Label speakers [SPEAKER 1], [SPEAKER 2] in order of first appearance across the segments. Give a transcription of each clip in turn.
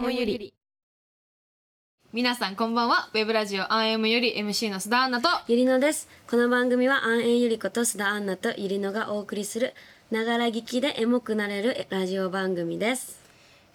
[SPEAKER 1] ムゆり
[SPEAKER 2] 皆さんこんばんはウェブラジオ AM より MC の須田アンナと
[SPEAKER 1] ゆりのですこの番組はアンエンゆり子と須田アンナとゆりのがお送りするながら聞きでエモくなれるラジオ番組です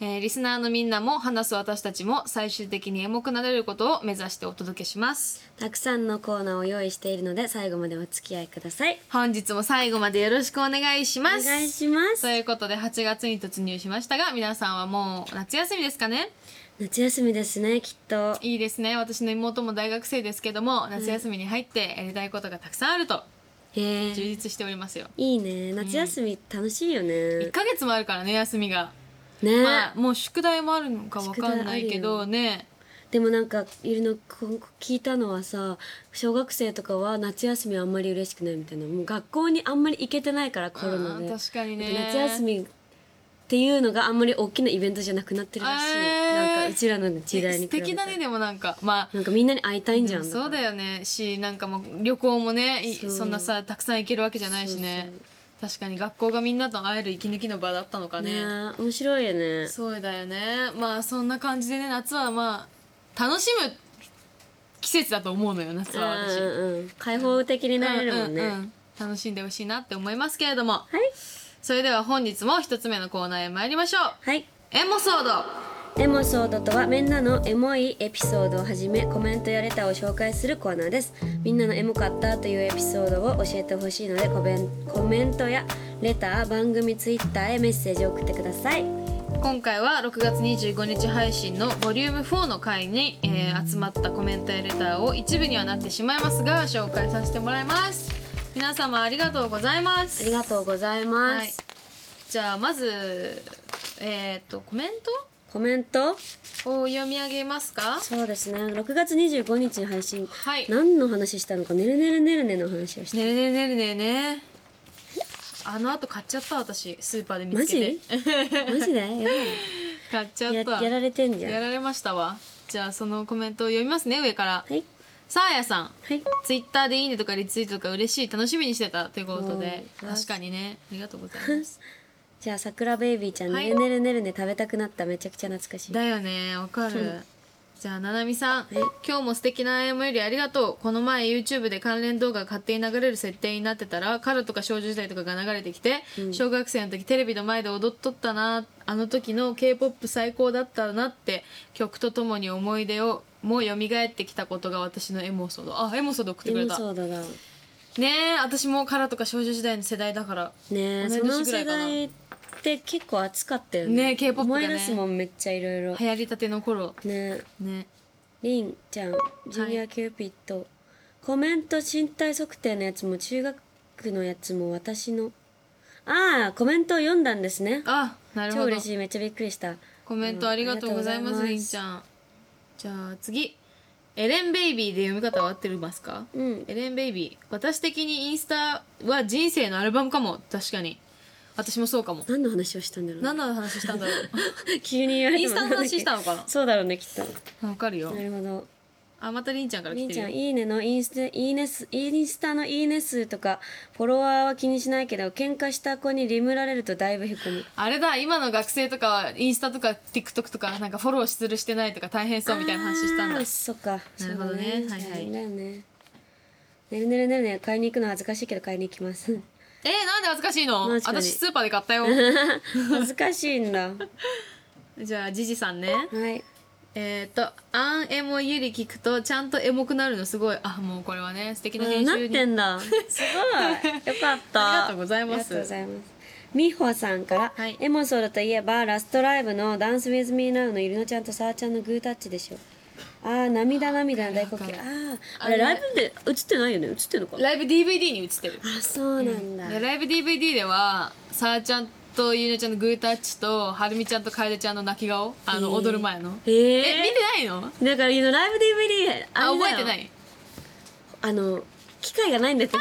[SPEAKER 2] えーリスナーのみんなも話す私たちも最終的にエモくなれることを目指してお届けします
[SPEAKER 1] たくさんのコーナーを用意しているので最後までお付き合いください
[SPEAKER 2] 本日も最後までよろしくお願いし
[SPEAKER 1] お
[SPEAKER 2] ます
[SPEAKER 1] 願いします
[SPEAKER 2] ということで8月に突入しましたが皆さんはもう夏休みですかね
[SPEAKER 1] 夏休みですねきっと
[SPEAKER 2] いいですね私の妹も大学生ですけども夏休みに入ってやりたいことがたくさんあると
[SPEAKER 1] へ
[SPEAKER 2] 充
[SPEAKER 1] ー
[SPEAKER 2] 実しておりますよ
[SPEAKER 1] いいね夏休み楽しいよね、
[SPEAKER 2] 1ヶ月もあるからね休みが、
[SPEAKER 1] ね、
[SPEAKER 2] まあもう宿題もあるのかわかんないけどね
[SPEAKER 1] でもなんかゆりのこ聞いたのはさ小学生とかは夏休みあんまり嬉しくないみたいなもう学校にあんまり行けてないからコロナで
[SPEAKER 2] あー確かにね
[SPEAKER 1] なん夏休みっていうのがあんまり大きなイベントじゃなくなってるらしい、
[SPEAKER 2] えー
[SPEAKER 1] なんかうちらの時代に比
[SPEAKER 2] 素
[SPEAKER 1] べた
[SPEAKER 2] 敵
[SPEAKER 1] ら
[SPEAKER 2] だねでもなんかまあ
[SPEAKER 1] なんかみんなに会いたいんじゃん、
[SPEAKER 2] そうだ
[SPEAKER 1] よ
[SPEAKER 2] よねしなんかもう旅行もねい
[SPEAKER 1] そ
[SPEAKER 2] そ
[SPEAKER 1] うん
[SPEAKER 2] なさたくさん行けるわけじゃないしね確かに学校がみんなと会える息抜きの場だったのか
[SPEAKER 1] ね
[SPEAKER 2] ね
[SPEAKER 1] え面白いよね
[SPEAKER 2] そうだよねまあそんな感じでね夏はまあ楽しむ季節だと思うのよ夏は私
[SPEAKER 1] うんうんうん開放的になれるもんね、
[SPEAKER 2] うんうんうん楽しんでほしいなって思いますけれども
[SPEAKER 1] はい
[SPEAKER 2] それでは本日も一つ目のコーナーへ参りましょう
[SPEAKER 1] はい
[SPEAKER 2] エモソード
[SPEAKER 1] エモソードとはみんなのエモいエピソードをはじめコメントやレターを紹介するコーナーですみんなのエモかったというエピソードを教えてほしいのでコメンコメントやレター番組ツイッターへメッセージを送ってください
[SPEAKER 2] 今回は6月25日配信のボリューム4の回に、えー集まったコメントやレターを一部にはなってしまいますが紹介させてもらいます皆様ありがとうございます
[SPEAKER 1] ありがとうござい
[SPEAKER 2] は
[SPEAKER 1] ま
[SPEAKER 2] い
[SPEAKER 1] す、、
[SPEAKER 2] じゃあまずえっ、とコメン
[SPEAKER 1] コメント
[SPEAKER 2] トを読み上げますか
[SPEAKER 1] そうですね6月25日に配信
[SPEAKER 2] はい
[SPEAKER 1] 何の話したのかねるねるねるねの話をして
[SPEAKER 2] ねるねるねるねねあのあと買っちゃった私スーパーで見つけて
[SPEAKER 1] マ ジでやばいね
[SPEAKER 2] 買っちゃ
[SPEAKER 1] や
[SPEAKER 2] った
[SPEAKER 1] やられてんじゃん
[SPEAKER 2] や
[SPEAKER 1] は
[SPEAKER 2] られましたわじゃあそのコメントを読みますね上から
[SPEAKER 1] い
[SPEAKER 2] さあやさん
[SPEAKER 1] はい
[SPEAKER 2] ツイッターでいいねとかリツイートとか嬉しい楽しみにしてたということで
[SPEAKER 1] うん
[SPEAKER 2] 確かにねありがとうございます
[SPEAKER 1] じゃあ桜ベイビーちゃん、
[SPEAKER 2] はい
[SPEAKER 1] ねるねるねるね食べたくなっためちゃくちゃ懐かしい
[SPEAKER 2] だよねわかるじゃあななみさん、
[SPEAKER 1] い
[SPEAKER 2] 今日も素敵な AM よりありがとうこの前 YouTube で関連動画が勝手に流れる設定になってたらカラとか少女時代とかが流れてきて、小学生の時テレビの前で踊っとったなあの時の k p o p 最高だったなって曲とともに思い出をもう蘇ってきたことが私のエモソードあエモソード送って
[SPEAKER 1] エ
[SPEAKER 2] くれ
[SPEAKER 1] モ
[SPEAKER 2] た
[SPEAKER 1] ソードだ
[SPEAKER 2] ねえ私もカラとか少女時代の世代だから
[SPEAKER 1] ねえ
[SPEAKER 2] 同い
[SPEAKER 1] そ
[SPEAKER 2] 年
[SPEAKER 1] の
[SPEAKER 2] ぐら
[SPEAKER 1] 世
[SPEAKER 2] いかな
[SPEAKER 1] 代って結構熱かったよね
[SPEAKER 2] ねえ K-POP がね
[SPEAKER 1] 思い出すもんめっちゃいろいろ
[SPEAKER 2] 流行りたての頃
[SPEAKER 1] ねえ
[SPEAKER 2] ね
[SPEAKER 1] りんちゃんジュニアキューピッド、コメント身体測定のやつも中学のやつも私のああコメントを読んだんですね
[SPEAKER 2] あなる
[SPEAKER 1] 超
[SPEAKER 2] ほど
[SPEAKER 1] 嬉しいめっちゃびっくりした
[SPEAKER 2] コメントありがとうございます、
[SPEAKER 1] うんありがとうございます
[SPEAKER 2] りんちゃんじゃあ次エレンベイビーで読み方は合ってますか、
[SPEAKER 1] うん
[SPEAKER 2] エレンベイビー私的にインスタは人生のアルバムかも確かに私もそうかも
[SPEAKER 1] 何の話をしたんだろう
[SPEAKER 2] 何の話したんだろ
[SPEAKER 1] 急に言われても
[SPEAKER 2] インスタの話したのかな
[SPEAKER 1] そうだろうねきっ
[SPEAKER 2] うわかるよ
[SPEAKER 1] となるほど
[SPEAKER 2] あまたりんちゃんから
[SPEAKER 1] り
[SPEAKER 2] 来
[SPEAKER 1] ん
[SPEAKER 2] て
[SPEAKER 1] ちゃん
[SPEAKER 2] るよ
[SPEAKER 1] いいねのインスタいいねすインスタのいいね数とかフォロワーは気にしないけど喧嘩した子にリムられるとだいぶへこむ
[SPEAKER 2] あれだ今の学生とかはインスタとか TikTok とかなんかフォローするしてないとか大変そうみたいな話したん
[SPEAKER 1] あ
[SPEAKER 2] だ
[SPEAKER 1] ーそっか
[SPEAKER 2] なるほどね
[SPEAKER 1] そうだ
[SPEAKER 2] はいはい
[SPEAKER 1] 大変だよねねるねるねるね買いに行くの恥ずかしいけど買いに行きます
[SPEAKER 2] えー、なんで恥ずかしいの
[SPEAKER 1] 確かに
[SPEAKER 2] 私スーパーで買っ たよ
[SPEAKER 1] 恥ずかしいんだは
[SPEAKER 2] じゃあじじさんね
[SPEAKER 1] い
[SPEAKER 2] えっ、と「アンエモゆり聞くとちゃんとエモくなるのすごい」あもうこれはね素敵な編
[SPEAKER 1] なっ
[SPEAKER 2] 集に
[SPEAKER 1] てんだすごいよかった
[SPEAKER 2] ありがとうございま
[SPEAKER 1] あり
[SPEAKER 2] す
[SPEAKER 1] がとうございますみほさんから、
[SPEAKER 2] はい
[SPEAKER 1] エモソードといえばラストライブの「ダンスウィズミーナウのゆりのちゃんとさあちゃんのグータッチでしょあー涙涙の大呼吸あーあれライブで映ってないよね映ってんのか
[SPEAKER 2] ライブ DVD に映ってる
[SPEAKER 1] あそうなんだ、
[SPEAKER 2] でライブ DVD ではさあちゃんとゆうなちゃんのグータッチとはるみちゃんとかえでちゃんの泣き顔あの、
[SPEAKER 1] へー
[SPEAKER 2] 踊る前の
[SPEAKER 1] え
[SPEAKER 2] え
[SPEAKER 1] ー、
[SPEAKER 2] 見てないの
[SPEAKER 1] だからのライブ DVD あ
[SPEAKER 2] あ
[SPEAKER 1] れだよ
[SPEAKER 2] 覚えてないね
[SPEAKER 1] あの機会がないんだってあ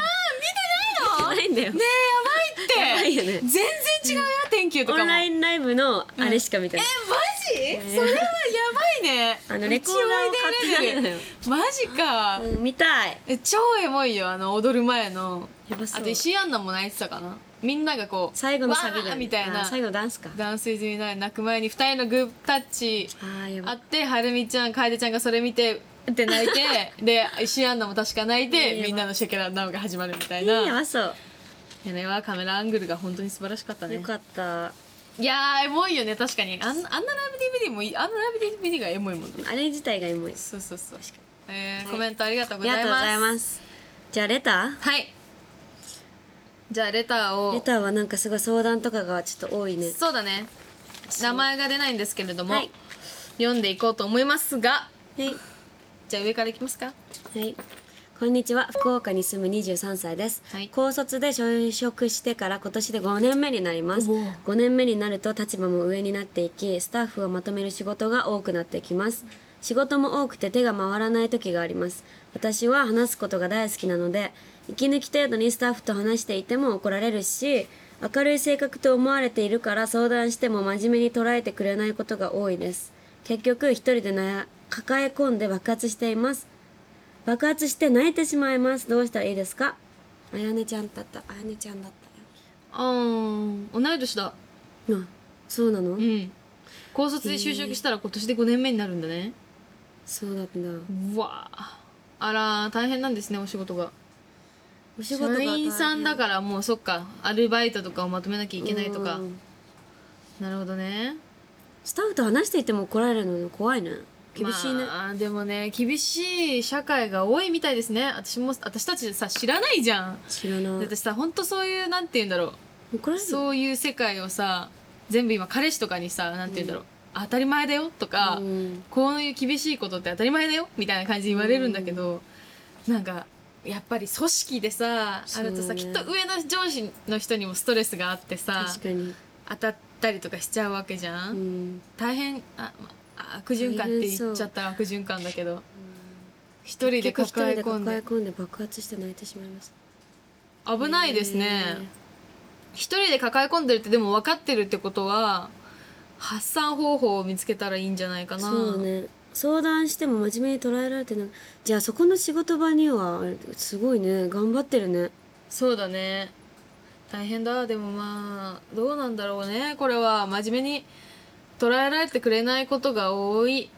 [SPEAKER 1] あ見てないのないんだよ
[SPEAKER 2] えやばいっ て
[SPEAKER 1] やばいよね
[SPEAKER 2] 全然違うよ「天球」と
[SPEAKER 1] オ
[SPEAKER 2] かも
[SPEAKER 1] ンラインライブのあれしか見てない、
[SPEAKER 2] えマジそれはやばいね
[SPEAKER 1] あの
[SPEAKER 2] レ
[SPEAKER 1] 歴史を買ってないのよ
[SPEAKER 2] マジか、
[SPEAKER 1] うん見たい
[SPEAKER 2] え超エモいよあの踊る前の
[SPEAKER 1] やばそう
[SPEAKER 2] あと石井アンナも泣いてたかなみんながこう
[SPEAKER 1] 最後のサビだ
[SPEAKER 2] わ
[SPEAKER 1] よ
[SPEAKER 2] ー
[SPEAKER 1] ね
[SPEAKER 2] みたい
[SPEAKER 1] あ
[SPEAKER 2] な
[SPEAKER 1] ー最後のダンスか
[SPEAKER 2] ダンスイズミナイ泣く前に2人のグータッチ
[SPEAKER 1] ああやば
[SPEAKER 2] あ
[SPEAKER 1] い
[SPEAKER 2] ってはるみちゃん楓ちゃんがそれ見てって泣い てで石アンナも確か泣い
[SPEAKER 1] いい
[SPEAKER 2] て
[SPEAKER 1] よ
[SPEAKER 2] みんなのシェケランダウンが始まるみたい
[SPEAKER 1] いい
[SPEAKER 2] な
[SPEAKER 1] よそう
[SPEAKER 2] いやねはカメラアングルが本当に素晴らしかったね
[SPEAKER 1] よかった
[SPEAKER 2] いやーエモいよね確かにあんあんなライブ DVD もいいあのライブ DVD がエモいもんね
[SPEAKER 1] あれ自体がエモい
[SPEAKER 2] そうそうそう
[SPEAKER 1] 確かに
[SPEAKER 2] えー
[SPEAKER 1] はい
[SPEAKER 2] コメントありがと
[SPEAKER 1] あ
[SPEAKER 2] うご
[SPEAKER 1] りが
[SPEAKER 2] ざ
[SPEAKER 1] と
[SPEAKER 2] いう
[SPEAKER 1] ご
[SPEAKER 2] ます
[SPEAKER 1] ざいますじゃあレタ
[SPEAKER 2] はいじゃあレター
[SPEAKER 1] ーレ
[SPEAKER 2] を
[SPEAKER 1] ターはなんかすごい相談とかがちょっと多いね
[SPEAKER 2] そうだね名前が出ないんですけれども、
[SPEAKER 1] はい
[SPEAKER 2] 読んでいこうと思いますが
[SPEAKER 1] はい
[SPEAKER 2] じゃあ上からいきますか
[SPEAKER 1] はい。こんにちは。福岡に住む23歳です。
[SPEAKER 2] はい
[SPEAKER 1] 高卒で就職してから今年で5年目になります。
[SPEAKER 2] おお
[SPEAKER 1] 5年目になると立場も上になっていき、スタッフをまとめる仕事が多くなってきます。仕事も多くて手が回らない時があります。私は話すことが大好きなので、息抜き程度にスタッフと話していても怒られるし、明るい性格と思われているから相談しても真面目に捉えてくれないことが多いです。結局一人で悩抱え込んで爆発しています。爆発して泣いてしまいますどうしたらいいですかあやねちゃんだったあやねちゃんだっ
[SPEAKER 2] あー同い年だ
[SPEAKER 1] たよなそうなの、
[SPEAKER 2] うん高卒で就職したら今年で5年目になるんだね
[SPEAKER 1] そうだったんだ
[SPEAKER 2] うわああら大変なんですねお仕事が
[SPEAKER 1] お仕事が
[SPEAKER 2] 社員さんだ
[SPEAKER 1] ら
[SPEAKER 2] からもうそっかアルバイトとかをまとめなきゃいけないとかなるほどね
[SPEAKER 1] スタッフと話していても怒られるの怖いね厳しいね、
[SPEAKER 2] まあ、でもね厳しい社会が多いみたいですね私も私たちさ知らないじゃん
[SPEAKER 1] 知らない
[SPEAKER 2] 私さ本当そういうなんて言うんだろ
[SPEAKER 1] 怒られる
[SPEAKER 2] う
[SPEAKER 1] う
[SPEAKER 2] そういう世界をさ全部今彼氏とかにさなんて言うんだろう、当たり前だよとか、
[SPEAKER 1] ん
[SPEAKER 2] こういう厳しいことって当たり前だよみたいな感じで言われるんだけど、なんかやっぱり組織でさあると
[SPEAKER 1] そう
[SPEAKER 2] さ、
[SPEAKER 1] ね
[SPEAKER 2] きっと上の上司の人にもストレスがあってさ
[SPEAKER 1] 確かに、
[SPEAKER 2] 当たったりとかしちゃうわけじゃ、
[SPEAKER 1] うんん、
[SPEAKER 2] 大変あまあ悪循環って言っちゃったら悪循環だけど一人で
[SPEAKER 1] 結局
[SPEAKER 2] 抱え込ん
[SPEAKER 1] 抱え
[SPEAKER 2] で
[SPEAKER 1] 込んで爆発して泣いてしまいます
[SPEAKER 2] 危ないですね
[SPEAKER 1] えー
[SPEAKER 2] 一人で抱え込んでるってでも分かってるってことは発散方法を見つけたらいいんじゃないかな
[SPEAKER 1] そうね相談しても真面目に捉えられてないじゃあそこの仕事場にはすごいね頑張ってるね
[SPEAKER 2] そうだね大変だでもまあどうなんだろうねこれは真面目に捉えられてくれないことが多い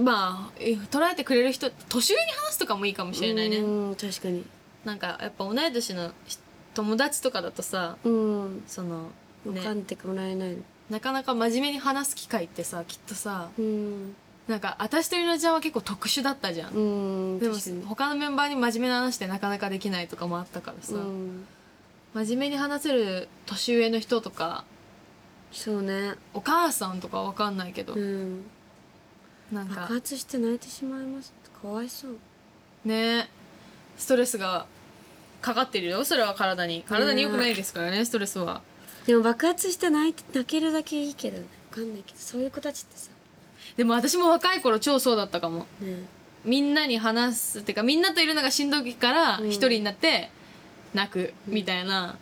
[SPEAKER 2] まあえ捉えてくれる人年上に話すとかもいいかもしれないね
[SPEAKER 1] うん確かに
[SPEAKER 2] なんかやっぱ同い年の人友達とかだとさ
[SPEAKER 1] うん
[SPEAKER 2] その
[SPEAKER 1] 分か
[SPEAKER 2] ね
[SPEAKER 1] ってもらえないの、
[SPEAKER 2] なかなか真面目に話す機会ってさきっとさ
[SPEAKER 1] うん
[SPEAKER 2] なんか私とりのちゃんは結構特殊だったじゃん
[SPEAKER 1] うん
[SPEAKER 2] でも
[SPEAKER 1] 確かに
[SPEAKER 2] 他のメンバーに真面目な話ってなかなかできないとかもあったからさ、
[SPEAKER 1] うん
[SPEAKER 2] 真面目に話せる年上の人とか
[SPEAKER 1] そうね
[SPEAKER 2] お母さんとかわかんないけど、
[SPEAKER 1] うん
[SPEAKER 2] なんか
[SPEAKER 1] 爆発して泣いてしまいますかわいそう
[SPEAKER 2] ねストレスがかかってるよそれは体に体に良くないですからねストレスは
[SPEAKER 1] でも爆発して泣いて泣けるだけいいけどね分かんないけどそういう子たちってさ
[SPEAKER 2] でも私も若い頃超そうだったかも
[SPEAKER 1] ね
[SPEAKER 2] みんなに話すっていうかみんなといるのがしんどいから
[SPEAKER 1] うん
[SPEAKER 2] 一人になって泣くみたいな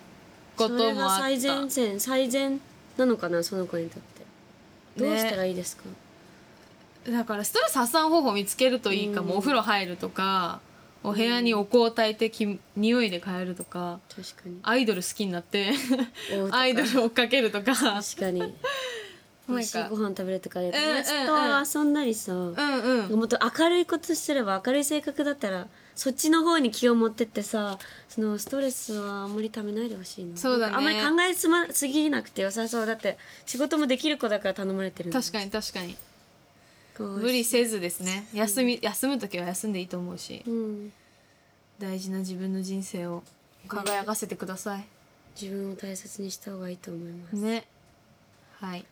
[SPEAKER 2] こ
[SPEAKER 1] そ
[SPEAKER 2] と
[SPEAKER 1] れ
[SPEAKER 2] も
[SPEAKER 1] が
[SPEAKER 2] あった、
[SPEAKER 1] 最前線最善なのかなその子にとってどうしたらいいですか、
[SPEAKER 2] だからストレス発散方法見つけるといいか
[SPEAKER 1] う
[SPEAKER 2] も、
[SPEAKER 1] ん
[SPEAKER 2] お風呂入るとかお部屋にお香を焚いてき匂いで変えるとか
[SPEAKER 1] 確かに
[SPEAKER 2] アイドル好きになって
[SPEAKER 1] 追うとか
[SPEAKER 2] アイドル追っかけるとか
[SPEAKER 1] 確 かに美味しいご飯食べるとかで
[SPEAKER 2] うんうんう
[SPEAKER 1] 友
[SPEAKER 2] ん
[SPEAKER 1] 達と遊んだりさ、
[SPEAKER 2] うんうん
[SPEAKER 1] もっと明るいことすれば明るい性格だったらそっちの方に気を持ってってさそのストレスはあんまりためないでほしいな
[SPEAKER 2] そうだね
[SPEAKER 1] あんまり考えす,、ま、すぎなくて良さそうだって仕事もできる子だから頼まれてる
[SPEAKER 2] 確か
[SPEAKER 1] に
[SPEAKER 2] に確かに無理せずですね休み休む時は休んでいいと思うし
[SPEAKER 1] うん
[SPEAKER 2] 大事な自分の人生を輝かせてくださ
[SPEAKER 1] 自分を大切にした方がいいと思います
[SPEAKER 2] いねはい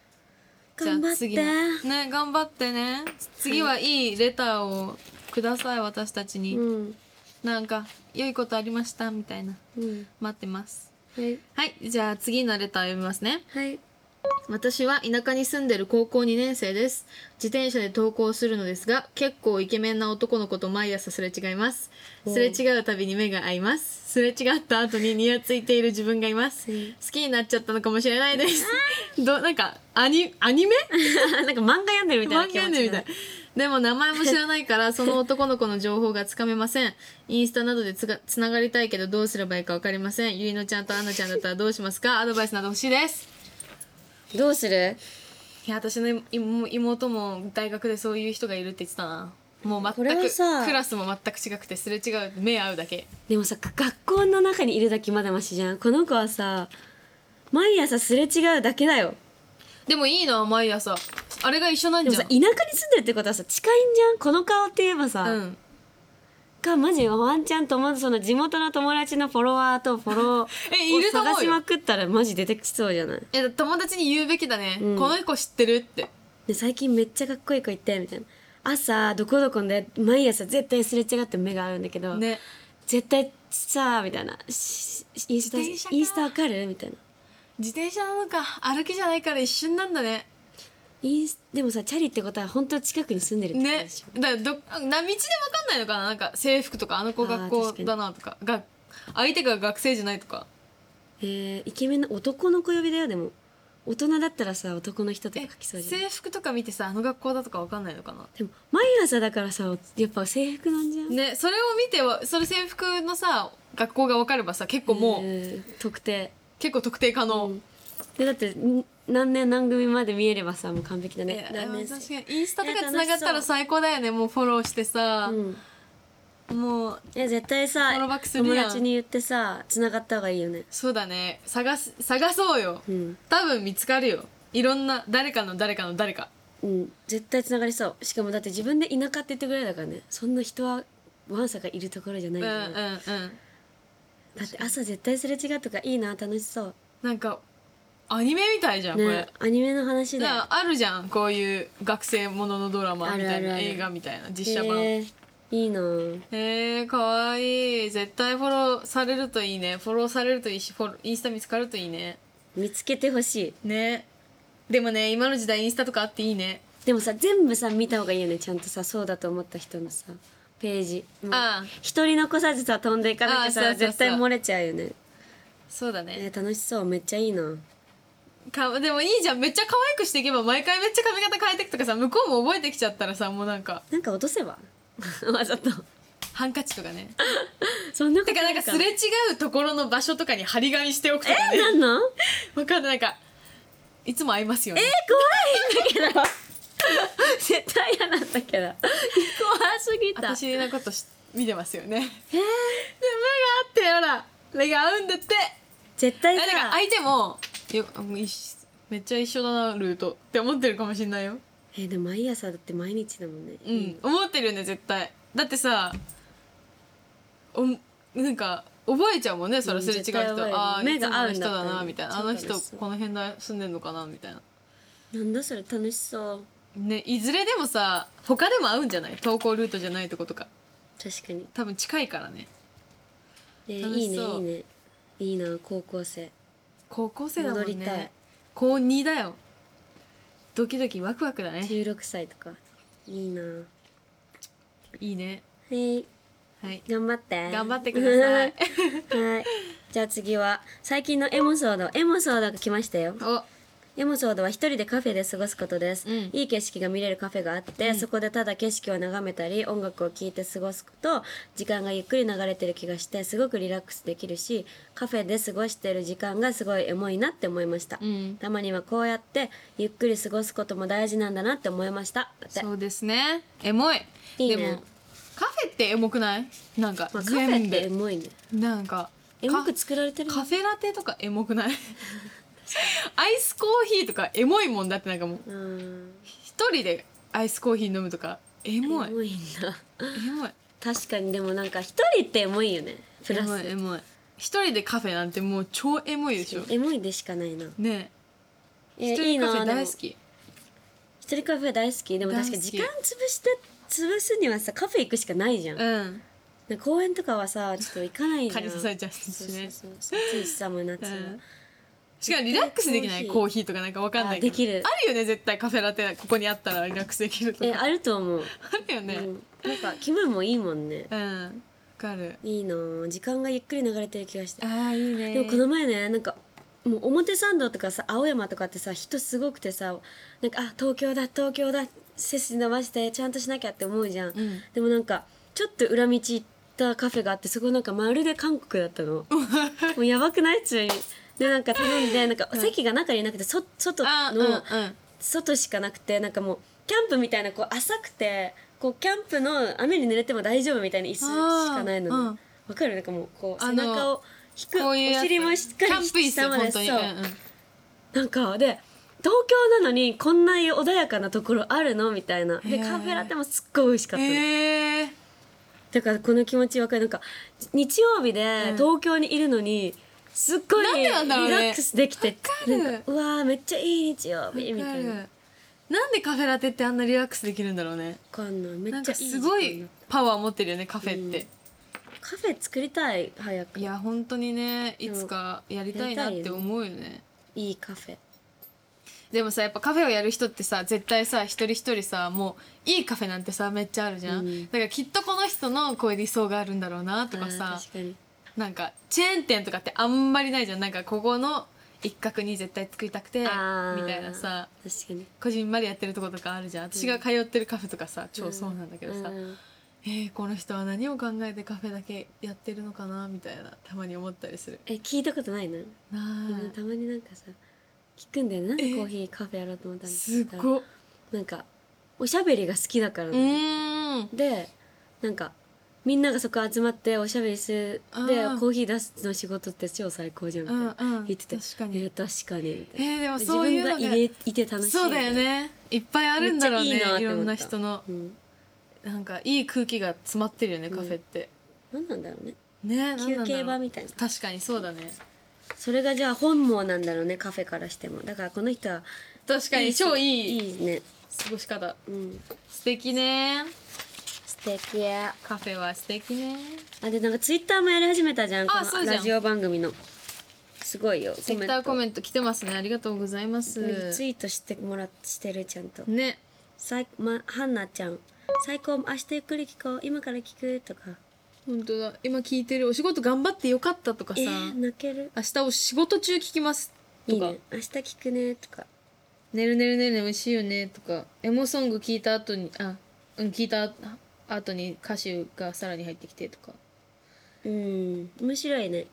[SPEAKER 2] じゃ
[SPEAKER 1] 頑張っ
[SPEAKER 2] あ
[SPEAKER 1] て
[SPEAKER 2] 次のね頑張ってね次はいいレターをください私たちに、
[SPEAKER 1] うん
[SPEAKER 2] なんか良いことありましたみたいな
[SPEAKER 1] うん
[SPEAKER 2] 待ってます
[SPEAKER 1] はい
[SPEAKER 2] はいじゃあ次のレター読みますね
[SPEAKER 1] はい
[SPEAKER 2] 私は田舎に住んでる高校2年生です自転車で登校するのですが結構イケメンな男の子と毎朝すれ違いますすれ違うたびに目が合いますすれ違った後にニヤついている自分がいま
[SPEAKER 1] う
[SPEAKER 2] す好
[SPEAKER 1] ん
[SPEAKER 2] きになっちゃったのかもしれないですどなんかアニアニメ
[SPEAKER 1] なんか漫画読んでるみたいな
[SPEAKER 2] 漫
[SPEAKER 1] 気持
[SPEAKER 2] 画
[SPEAKER 1] ち
[SPEAKER 2] み
[SPEAKER 1] にな
[SPEAKER 2] たい
[SPEAKER 1] る
[SPEAKER 3] でも名前も知らないか らその男の子の情報がつかめませんインスタなどでつがつながりたいけどどうすればいいか分かりませんゆいのちゃんとあんなちゃんだったらどうしますかアドバイスなど欲しいです
[SPEAKER 1] どうする
[SPEAKER 3] いや私の妹妹も大学でそういう人がいるって言ってたなもう
[SPEAKER 1] こ
[SPEAKER 3] 全
[SPEAKER 1] れ
[SPEAKER 3] く
[SPEAKER 1] はさ
[SPEAKER 3] クラスも全く違くてすれ違う目合うだけ
[SPEAKER 1] でもさが学校の中にいるだけまだましじゃんこの子はさ毎朝すれ違うだけだよ
[SPEAKER 3] でもいいな毎朝あれが一緒なん
[SPEAKER 1] でも
[SPEAKER 3] じ
[SPEAKER 1] さ
[SPEAKER 3] ゃん
[SPEAKER 1] 田舎に住んでるってことはさ近いんじゃんこの顔って言えばさ、
[SPEAKER 3] うん
[SPEAKER 1] かマジワンちゃん友達その地元の友達のフォロワーとフォロ
[SPEAKER 3] え
[SPEAKER 1] ー
[SPEAKER 3] い
[SPEAKER 1] を
[SPEAKER 3] ると思うよ
[SPEAKER 1] 探しまくったらマジ出てきそうじゃない
[SPEAKER 3] え友達に言うべきだね、
[SPEAKER 1] うん
[SPEAKER 3] この子知ってるって
[SPEAKER 1] で最近めっちゃかっこいい子いてみたいな朝どこどこで毎朝絶対すれ違って目が合うんだけど、
[SPEAKER 3] ね
[SPEAKER 1] 絶対さみたいなしインスタ
[SPEAKER 3] 自転車か
[SPEAKER 1] インスタわかるみたいな
[SPEAKER 3] 自転車なのか歩きじゃないから一瞬なんだね
[SPEAKER 1] インスでもさチャリってことは本当近くに住んでるってこと
[SPEAKER 3] ね
[SPEAKER 1] でしょ、
[SPEAKER 3] だからどな道で分かんないのかななんか制服とかあの子
[SPEAKER 1] あー
[SPEAKER 3] 学校だなとかが相手が学生じゃないとか
[SPEAKER 1] えーイケメンの男の子呼びだよでも大人だったらさ男の人とか
[SPEAKER 3] え
[SPEAKER 1] 書きそうじゃん
[SPEAKER 3] 制服とか見てさあの学校だとか分かんないのかな
[SPEAKER 1] でも毎朝だからさやっぱ制服なんじゃん、
[SPEAKER 3] ねそれを見てはそれ制服のさ学校が分かればさ結構もう、
[SPEAKER 1] えー特定
[SPEAKER 3] 結構特定可能、
[SPEAKER 1] うんでだってん何年何組まで見えればさもう完璧だね
[SPEAKER 3] え
[SPEAKER 1] 何年
[SPEAKER 3] 確
[SPEAKER 1] 生
[SPEAKER 3] かにインスタとか
[SPEAKER 1] え
[SPEAKER 3] つながった
[SPEAKER 1] 楽
[SPEAKER 3] ら
[SPEAKER 1] し
[SPEAKER 3] 最高だよねもうフォローしてさ、
[SPEAKER 1] うん
[SPEAKER 3] もう
[SPEAKER 1] いや絶対さ
[SPEAKER 3] フォローバックするやん
[SPEAKER 1] 友達に言ってさ繋がった方がいいよね
[SPEAKER 3] そうだね探す探そうよ、
[SPEAKER 1] うん、
[SPEAKER 3] 多分見つかるよいろんな誰かの誰かの誰か
[SPEAKER 1] うん、絶対繋がりそうしかもだって自分で田舎って言ってぐらいだからねそんな人はわんさかいるところじゃない
[SPEAKER 3] うん
[SPEAKER 1] か
[SPEAKER 3] うんう
[SPEAKER 1] ら、
[SPEAKER 3] ん
[SPEAKER 1] だって朝絶対すれ違うとかいいな楽しそう
[SPEAKER 3] なんかアニメみたいじゃん、こ
[SPEAKER 1] ね
[SPEAKER 3] れ
[SPEAKER 1] アニメの話だよ
[SPEAKER 3] なんかあるじゃんこういう学生もののドラマみた
[SPEAKER 1] あるあ
[SPEAKER 3] い
[SPEAKER 1] る
[SPEAKER 3] な
[SPEAKER 1] ある
[SPEAKER 3] 映画みたいな実写版
[SPEAKER 1] へーいいな
[SPEAKER 3] えー、かわいい絶対フォローされるといいねフォローされるといいしフォローインスタ見つかるといいね
[SPEAKER 1] 見つけてほしい
[SPEAKER 3] ねでもね今の時代インスタとかあっていいね
[SPEAKER 1] でもさ全部さ見た方がいいよねちゃんとさそうだと思った人のさページもう
[SPEAKER 3] ああ
[SPEAKER 1] 一人残さずさ飛んでいかなきゃさ
[SPEAKER 3] ああそうそうそう
[SPEAKER 1] 絶対漏れちゃうよね、
[SPEAKER 3] そうだね
[SPEAKER 1] えー楽しそうめっちゃいいな
[SPEAKER 3] かでもいいじゃんめっちゃ可愛くしていけば毎回めっちゃ髪型変えてくとかさ向こうも覚えてきちゃったらさもうなんか
[SPEAKER 1] なんか落とせ ばわざと
[SPEAKER 3] ハンカチとか ね
[SPEAKER 1] そんなこと
[SPEAKER 3] てかなんかすれ違うところの場所とかに張り紙しておくとか
[SPEAKER 1] え
[SPEAKER 3] ね
[SPEAKER 1] なんの
[SPEAKER 3] わかんないなんかいつも会いますよね
[SPEAKER 1] え怖いんだけど絶対嫌なんだけど怖すぎた
[SPEAKER 3] 私のことし見てますよね
[SPEAKER 1] え
[SPEAKER 3] で
[SPEAKER 1] ー
[SPEAKER 3] 目があってほら目が合うんだって
[SPEAKER 1] 絶対
[SPEAKER 3] え
[SPEAKER 1] さ
[SPEAKER 3] だから相手もよもう一緒めっちゃ一緒だなルートって思ってるかもしれないよ
[SPEAKER 1] えーでも毎朝だって毎日だもんね
[SPEAKER 3] うん、思ってるんだよ絶対だってさおなんか覚えちゃうもんねそれすれ違う人、
[SPEAKER 1] うん絶対覚える
[SPEAKER 3] ああ
[SPEAKER 1] 目が合うんだ
[SPEAKER 3] いつもの人だなみたいなあ
[SPEAKER 1] そう
[SPEAKER 3] の
[SPEAKER 1] だね
[SPEAKER 3] 人
[SPEAKER 1] そう
[SPEAKER 3] この辺だ住んでんのかなみたいな
[SPEAKER 1] なんだそれ楽しそう
[SPEAKER 3] ねいずれでもさ他でも会うんじゃない投稿ルートじゃないとことか
[SPEAKER 1] 確かに、
[SPEAKER 3] 多分近いからね
[SPEAKER 1] えー
[SPEAKER 3] 楽
[SPEAKER 1] いい
[SPEAKER 3] し
[SPEAKER 1] ねい
[SPEAKER 3] そ
[SPEAKER 1] ういねいいな高校生
[SPEAKER 3] 高校生だもん
[SPEAKER 1] 戻りたい
[SPEAKER 3] ね高2だよドキドキワクワクだね
[SPEAKER 1] 16歳とかいいなはい
[SPEAKER 3] いね
[SPEAKER 1] い
[SPEAKER 3] はい
[SPEAKER 1] 頑張って
[SPEAKER 3] 頑張ってください
[SPEAKER 1] はいじゃあ次は最近のエモソードエモソードが来ましたよ
[SPEAKER 3] お
[SPEAKER 1] エモソードは一人でカフェで過ごすことです、
[SPEAKER 3] うん
[SPEAKER 1] いい景色が見れるカフェがあって、そこでただ景色を眺めたり音楽を聴いて過ごすと時間がゆっくり流れてる気がしてすごくリラックスできるしカフェで過ごしてる時間がすごいエモいなって思いました、
[SPEAKER 3] うん
[SPEAKER 1] たまにはこうやってゆっくり過ごすことも大事なんだなって思いましただって
[SPEAKER 3] そうですねエモい
[SPEAKER 1] いいね
[SPEAKER 3] でもカフェってエモくないなんか
[SPEAKER 1] まあ、カフ
[SPEAKER 3] 全部、
[SPEAKER 1] ェってエモいね
[SPEAKER 3] なんか
[SPEAKER 1] エモく
[SPEAKER 3] カ
[SPEAKER 1] 作られてる
[SPEAKER 3] カフェラテとかエモくないアイスコーヒーとかエモいもんだってなんかもう
[SPEAKER 1] うん
[SPEAKER 3] 一人でアイスコーヒー飲むとかエ
[SPEAKER 1] エ
[SPEAKER 3] モ
[SPEAKER 1] モ
[SPEAKER 3] い
[SPEAKER 1] い
[SPEAKER 3] エ
[SPEAKER 1] ん
[SPEAKER 3] モい
[SPEAKER 1] だ確かにでもなんか一人ってエモいよねプ
[SPEAKER 3] エ
[SPEAKER 1] ラ
[SPEAKER 3] モ
[SPEAKER 1] ス
[SPEAKER 3] いエモい一人でカフェなんてもう超エモいでしょ
[SPEAKER 1] エモいでしかないな
[SPEAKER 3] ねえ
[SPEAKER 1] え
[SPEAKER 3] 一
[SPEAKER 1] いい
[SPEAKER 3] 人カフ
[SPEAKER 1] な
[SPEAKER 3] ェ
[SPEAKER 1] でも
[SPEAKER 3] 大好き
[SPEAKER 1] 一人カフェ大好きでも確か
[SPEAKER 3] 大
[SPEAKER 1] に
[SPEAKER 3] 好き
[SPEAKER 1] 時間潰して潰すにはさカフェ行くしかないじゃん、
[SPEAKER 3] うん
[SPEAKER 1] なんか公園とかはさちょっと行かないじゃ
[SPEAKER 3] 蚊
[SPEAKER 1] ん
[SPEAKER 3] に刺されちゃう
[SPEAKER 1] そ
[SPEAKER 3] し
[SPEAKER 1] うそう
[SPEAKER 3] ね
[SPEAKER 1] そう暑いしさもう夏は、
[SPEAKER 3] うんしかもリラックスできない
[SPEAKER 1] コーヒー
[SPEAKER 3] コーヒーとかなんかわかんないけど
[SPEAKER 1] あできる
[SPEAKER 3] あるよね絶対カフェラテここにあったらリラックスできると
[SPEAKER 1] え
[SPEAKER 3] か
[SPEAKER 1] あると思う、
[SPEAKER 3] あるよね
[SPEAKER 1] うん、なんか気分もいいもんね
[SPEAKER 3] うんわかる
[SPEAKER 1] いいなあ時間がゆっくり流れてる気がして
[SPEAKER 3] あーいいね
[SPEAKER 1] でもこの前ねなんかもう表参道とかさ青山とかってさ人すごくてさなんかあ東京だ東京だ背筋伸ばしてちゃんとしなきゃって思うじゃん、
[SPEAKER 3] ん
[SPEAKER 1] でもなんかちょっと裏道行ったカフェがあってそこなんかまるで韓国だった のもうやばくない普通にでなんか頼んでなんか席が中になくてそ外
[SPEAKER 3] あうん
[SPEAKER 1] の
[SPEAKER 3] うん
[SPEAKER 1] 外しかなくてなんかもうキャンプみたいなこう浅くてこうキャンプの雨に濡れても大丈夫みたいな椅子しかないの
[SPEAKER 3] あー
[SPEAKER 1] ね
[SPEAKER 3] うん
[SPEAKER 1] わ、かるなんかもうこう
[SPEAKER 3] あ
[SPEAKER 1] 背
[SPEAKER 3] の
[SPEAKER 1] 中を引く
[SPEAKER 3] こういうや
[SPEAKER 1] お
[SPEAKER 3] つ
[SPEAKER 1] 尻もしっか
[SPEAKER 3] キャ
[SPEAKER 1] り
[SPEAKER 3] ンプ椅子
[SPEAKER 1] 下
[SPEAKER 3] よ
[SPEAKER 1] まで
[SPEAKER 3] 本当に
[SPEAKER 1] そう、
[SPEAKER 3] うんうん
[SPEAKER 1] なんかで東京なのにこんな穏やかなところあるのみたいなで
[SPEAKER 3] へー
[SPEAKER 1] カフェラテもすっごい美味しかったの、
[SPEAKER 3] へえ
[SPEAKER 1] だからこの気持ちわかるなんか日曜日で
[SPEAKER 3] うん
[SPEAKER 1] 東京にいるのにすっごい
[SPEAKER 3] なん
[SPEAKER 1] リ
[SPEAKER 3] で
[SPEAKER 1] ラ
[SPEAKER 3] なんだろうね
[SPEAKER 1] ックスできて
[SPEAKER 3] る
[SPEAKER 1] なんかうわーめっちゃいい日曜日みたいなわ
[SPEAKER 3] なんでカフェラテってあんなリラックスできるんだろうね
[SPEAKER 1] かんないめっちゃ
[SPEAKER 3] ないん
[SPEAKER 1] い
[SPEAKER 3] かすご
[SPEAKER 1] 時間
[SPEAKER 3] い
[SPEAKER 1] だ
[SPEAKER 3] パワー持ってるよねカフェって、
[SPEAKER 1] カフェ作りたい早く
[SPEAKER 3] いや本当にねいつかやりたいなって思うよね
[SPEAKER 1] いいカフェ
[SPEAKER 3] でもさやっぱカフェをやる人ってさ絶対さ一人一人さもういいカフェなんてさめっちゃあるじゃん、
[SPEAKER 1] うん
[SPEAKER 3] だからきっとこの人のこういう理想があるんだろうなとか
[SPEAKER 1] あ
[SPEAKER 3] さ
[SPEAKER 1] ー確かに
[SPEAKER 3] なんかチェーン店とかってあんまりないじゃんなんかここの一角に絶対作りたくてみ
[SPEAKER 1] あー
[SPEAKER 3] たいなさ
[SPEAKER 1] 確かに
[SPEAKER 3] こじんまりやってるとことかあるじゃん私が通ってるカフェとかさ超そうなんだけどさ、
[SPEAKER 1] うん
[SPEAKER 3] えーこの人は何を考えてカフェだけやってるのかなみたいなたまに思ったりする
[SPEAKER 1] え聞いたことないな
[SPEAKER 3] な
[SPEAKER 1] なんか
[SPEAKER 3] あ
[SPEAKER 1] たまになんかさ聞くんだよねなんで
[SPEAKER 3] えー
[SPEAKER 1] コーヒーカフェやろうと思ったんです
[SPEAKER 3] すごっ
[SPEAKER 1] なんかおしゃべりが好きだからな
[SPEAKER 3] う
[SPEAKER 1] の、
[SPEAKER 3] ーん
[SPEAKER 1] でなんかみんながそこ集まっておしゃべりするで
[SPEAKER 3] あー
[SPEAKER 1] コーヒー出すの仕事って超最高じゃんみたいな、
[SPEAKER 3] うんうん
[SPEAKER 1] 言ってて
[SPEAKER 3] 確かに
[SPEAKER 1] いや確かにみたい
[SPEAKER 3] え
[SPEAKER 1] な、
[SPEAKER 3] ー、でも
[SPEAKER 1] 自
[SPEAKER 3] そうい
[SPEAKER 1] 分
[SPEAKER 3] う
[SPEAKER 1] が
[SPEAKER 3] のが
[SPEAKER 1] いれいて楽しい
[SPEAKER 3] そうだよねいっぱいあるんだろうね
[SPEAKER 1] めっちゃいいなって思った
[SPEAKER 3] いろんな人の
[SPEAKER 1] うん、
[SPEAKER 3] なんかいい空気が詰まってるよねカフェって、
[SPEAKER 1] 何なんだろうね
[SPEAKER 3] ね
[SPEAKER 1] 休憩場
[SPEAKER 3] み
[SPEAKER 1] みたいな
[SPEAKER 3] 確かにそうだね
[SPEAKER 1] それがじゃあ本望なんだろうねカフェからしてもだからこの人は
[SPEAKER 3] 確かに超いい
[SPEAKER 1] いいね
[SPEAKER 3] 過ごし方
[SPEAKER 1] うん
[SPEAKER 3] 素敵ね
[SPEAKER 1] 素敵や
[SPEAKER 3] カフェは素敵ね
[SPEAKER 1] あでなんかツイッターもやり始めたじゃん
[SPEAKER 3] あ
[SPEAKER 1] この
[SPEAKER 3] そうじゃん
[SPEAKER 1] ラジオ番組のすごいよ
[SPEAKER 3] ツイッターコ
[SPEAKER 1] ン
[SPEAKER 3] メント来てますねありがとうございます
[SPEAKER 1] トツイートしてもらしてるちゃんと
[SPEAKER 3] ね
[SPEAKER 1] 最まハンナちゃん最高明日ゆっくり聞こう今から聞くとか
[SPEAKER 3] 本当だ今聞いてるお仕事頑張ってよかったとか
[SPEAKER 1] え
[SPEAKER 3] さ、
[SPEAKER 1] ー、泣ける
[SPEAKER 3] 明日お仕事中聞きます
[SPEAKER 1] い
[SPEAKER 3] と
[SPEAKER 1] い
[SPEAKER 3] か
[SPEAKER 1] ね明日聞くねとか
[SPEAKER 3] 寝る寝る寝る眠しいよねとかエモソング聞いた後にあうん聞いた後に歌手がさらに入ってきてとか
[SPEAKER 1] うん面白いね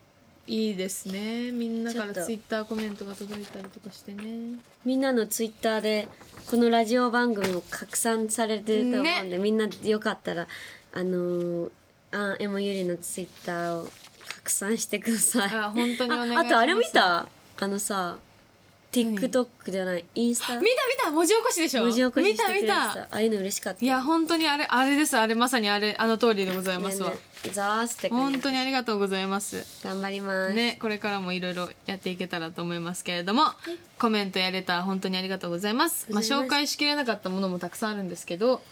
[SPEAKER 3] いいですねみんなから
[SPEAKER 1] ちょっと
[SPEAKER 3] ツイッターコメントが届いたりとかしてね
[SPEAKER 1] みんなのツイッターでこのラジオ番組も拡散されてると思うんで、みんなよかったらあのー、あエモゆりのツイッターを拡散してください
[SPEAKER 3] あ本当にお願いします
[SPEAKER 1] ああとあれ見たあのさ TikTok じゃないインスタ
[SPEAKER 3] 見た見た文字起こしでしょ
[SPEAKER 1] 文字起こししてくれて
[SPEAKER 3] 見た見
[SPEAKER 1] た
[SPEAKER 3] た
[SPEAKER 1] ああいうの嬉しかった
[SPEAKER 3] いや本当にあれあれですあれまさにあれあの通りでございますわ、
[SPEAKER 1] ねねざわすって感
[SPEAKER 3] 本
[SPEAKER 1] じ
[SPEAKER 3] 当にありがとうございます
[SPEAKER 1] 頑張ります、
[SPEAKER 3] ね、これからもいろいろやっていけたらと思いますけれども、コメントやレター本当にありがとうございます。まあ、
[SPEAKER 1] ございます
[SPEAKER 3] 紹介しきれなかったものもたくさんあるんですけど、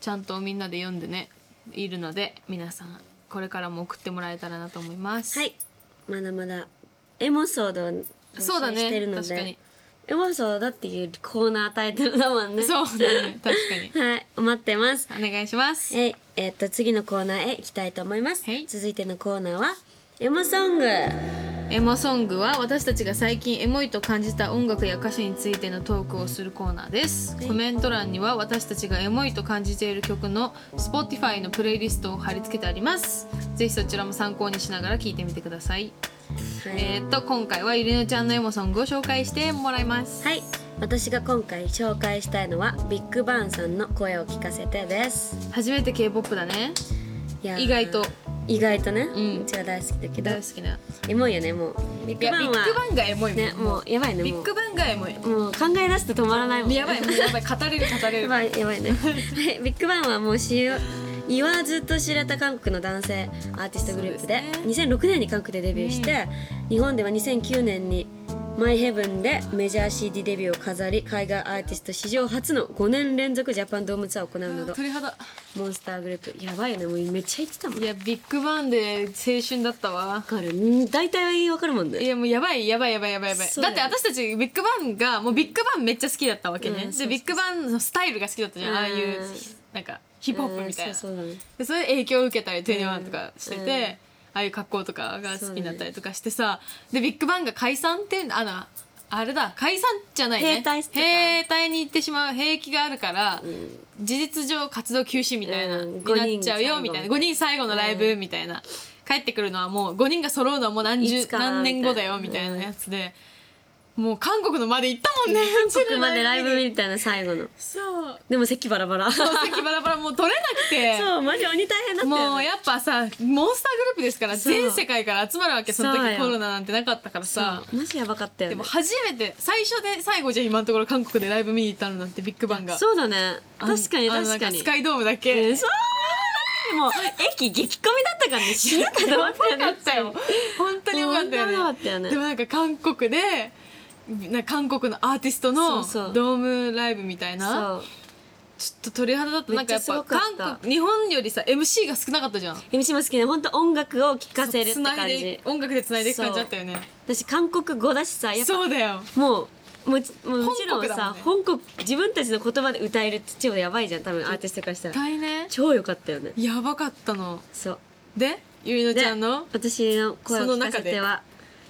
[SPEAKER 3] ちゃんとみんなで読んでね、いるので、皆さん、これからも送ってもらえたらなと思います。
[SPEAKER 1] はい。まだまだエモソードを募集
[SPEAKER 3] そうだ
[SPEAKER 1] してる
[SPEAKER 3] ね、
[SPEAKER 1] の
[SPEAKER 3] 確か
[SPEAKER 1] で
[SPEAKER 3] に。
[SPEAKER 1] エモソードっていうコーナータイトルだもんね
[SPEAKER 3] そうだね、確か
[SPEAKER 1] はい待ってます
[SPEAKER 3] に。お願いします。
[SPEAKER 1] えいえっと次のコーナーへ行きたいと思います
[SPEAKER 3] はい
[SPEAKER 1] 続いてのコーナーはエモソング
[SPEAKER 3] エモソングは私たちが最近エモいと感じた音楽や歌詞についてのトークをするコーナーです
[SPEAKER 1] はい
[SPEAKER 3] コメント欄には私たちがエモいと感じている曲の Spotify のプレイリストを貼り付けてありますぜひそちらも参考にしながら聴いてみてください、
[SPEAKER 1] はい、
[SPEAKER 3] えーっと今回はゆりのちゃんのエモソングを紹介してもらいます
[SPEAKER 1] はい、私が今回紹介したいのはビッグバンさんの声を聞かせてです
[SPEAKER 3] 初めて K-POP だね
[SPEAKER 1] いやー
[SPEAKER 3] 意外と
[SPEAKER 1] 意外とね、うんちは大好きだけど
[SPEAKER 3] 大好きな
[SPEAKER 1] エモいよねもうビッ
[SPEAKER 3] い
[SPEAKER 1] グ
[SPEAKER 3] やビ
[SPEAKER 1] バン
[SPEAKER 3] ッグ
[SPEAKER 1] は
[SPEAKER 3] バンがエモいもん
[SPEAKER 1] ねもうやばいね
[SPEAKER 3] ビ
[SPEAKER 1] も
[SPEAKER 3] ッ
[SPEAKER 1] う
[SPEAKER 3] グバンがエモい
[SPEAKER 1] もう考え出すと止まらないもん
[SPEAKER 3] やばいもうやばい語れる語れ
[SPEAKER 1] や
[SPEAKER 3] る
[SPEAKER 1] ばいやばい ねはいビッグバンはもうしよ言わずと知れた韓国の男性アーティストグループで
[SPEAKER 3] そう
[SPEAKER 1] 2006年に韓国でデビューして、日本では2009年に「マイヘブンでメジャー CD デビューを飾り海外アーティスト史上初の5年連続ジャパンドームツアーを行うな ど
[SPEAKER 3] 鳥肌
[SPEAKER 1] モンスターグループやばいよねもうめっちゃ言ってたもん
[SPEAKER 3] いやビッグバンで青春だった
[SPEAKER 1] 分
[SPEAKER 3] わ
[SPEAKER 1] かるん大体わかるもん
[SPEAKER 3] い
[SPEAKER 1] ね
[SPEAKER 3] やもうやばいやばいやばいやばいやばい
[SPEAKER 1] そう
[SPEAKER 3] だ
[SPEAKER 1] だよ
[SPEAKER 3] って私たちビッグバンがもうビッグバンめっちゃ好きだったわけね、
[SPEAKER 1] うんそう
[SPEAKER 3] でビッグバンのスタイルが好きだったじゃん、
[SPEAKER 1] うん
[SPEAKER 3] ああいうなんかヒップホップみたいな、
[SPEAKER 1] うんそうそうだね
[SPEAKER 3] でそれで影響を受けたり21とかしてて、
[SPEAKER 1] うん
[SPEAKER 3] ああいう格好とかが好きになったりとかしてさ、でビッグバンが解散ってあのあれだ解散じゃないね
[SPEAKER 1] 兵隊してた
[SPEAKER 3] 兵隊に行ってしまう兵役があるから、事実上活動休止みたいな、
[SPEAKER 1] うん
[SPEAKER 3] になっちゃう
[SPEAKER 1] 五人最
[SPEAKER 3] よ
[SPEAKER 1] 後
[SPEAKER 3] みたいな5人最後のライブみたいな、帰ってくるのはもう5人が揃うのはもう何
[SPEAKER 1] い
[SPEAKER 3] 十
[SPEAKER 1] つか
[SPEAKER 3] 何年後だよ
[SPEAKER 1] み
[SPEAKER 3] み
[SPEAKER 1] た
[SPEAKER 3] た
[SPEAKER 1] い
[SPEAKER 3] い
[SPEAKER 1] な
[SPEAKER 3] なやつで、もう韓国のまで行ったもんね
[SPEAKER 1] 韓国までライブ
[SPEAKER 3] に
[SPEAKER 1] みたいな最後 の
[SPEAKER 3] そう
[SPEAKER 1] でも席バラバラ そ
[SPEAKER 3] 席バラバラもう取れなくて
[SPEAKER 1] うマジ鬼大変だったよ、ね、
[SPEAKER 3] もうやっぱさモンスターグループですから
[SPEAKER 1] そう
[SPEAKER 3] 全世界から集まるわけその
[SPEAKER 1] そう
[SPEAKER 3] 時
[SPEAKER 1] よ
[SPEAKER 3] コロナなんてなかったからさ
[SPEAKER 1] そうマジやばかったよ、ね、
[SPEAKER 3] でも初めて最初で最後じゃ今のところ韓国でライブ見に行ったのなんてビッグバンが
[SPEAKER 1] そうだね
[SPEAKER 3] あの
[SPEAKER 1] 確かに
[SPEAKER 3] あの
[SPEAKER 1] 確
[SPEAKER 3] な
[SPEAKER 1] か
[SPEAKER 3] ん
[SPEAKER 1] に
[SPEAKER 3] スカイドームだけ
[SPEAKER 1] えそうでもう 駅激混みだったからね死ぬかと思ったよね
[SPEAKER 3] よかったよ本当によかった
[SPEAKER 1] 本当
[SPEAKER 3] よね
[SPEAKER 1] に良かったよね
[SPEAKER 3] でもなんか韓国でなんか韓国のアーティストの
[SPEAKER 1] そうそう
[SPEAKER 3] ドームライブみたいな
[SPEAKER 1] そう
[SPEAKER 3] ちょっと鳥肌だったなんかやっ
[SPEAKER 1] めっちゃす
[SPEAKER 3] ぱ
[SPEAKER 1] ごかった
[SPEAKER 3] 韓国日本よりさ MC が少なかったじゃん
[SPEAKER 1] エミシも好きで本当音楽を聴かせるって
[SPEAKER 3] つな
[SPEAKER 1] 感
[SPEAKER 3] いで
[SPEAKER 1] じ
[SPEAKER 3] 音楽でつないでいく感じだったよね
[SPEAKER 1] 私韓国語だしさやっぱ
[SPEAKER 3] そうだよ
[SPEAKER 1] もうもちもうもちろん
[SPEAKER 3] 本国だもん
[SPEAKER 1] さ
[SPEAKER 3] ね
[SPEAKER 1] 本国,、自分たちの言葉で歌えるって超やばいじゃん多分アーティストからしたら
[SPEAKER 3] 大ね
[SPEAKER 1] 超良かったよね
[SPEAKER 3] やばかったの
[SPEAKER 1] そう
[SPEAKER 3] でゆいの
[SPEAKER 1] で
[SPEAKER 3] ちゃんの
[SPEAKER 1] 私の声を
[SPEAKER 3] その
[SPEAKER 1] 聞かせ
[SPEAKER 3] 中で
[SPEAKER 1] ては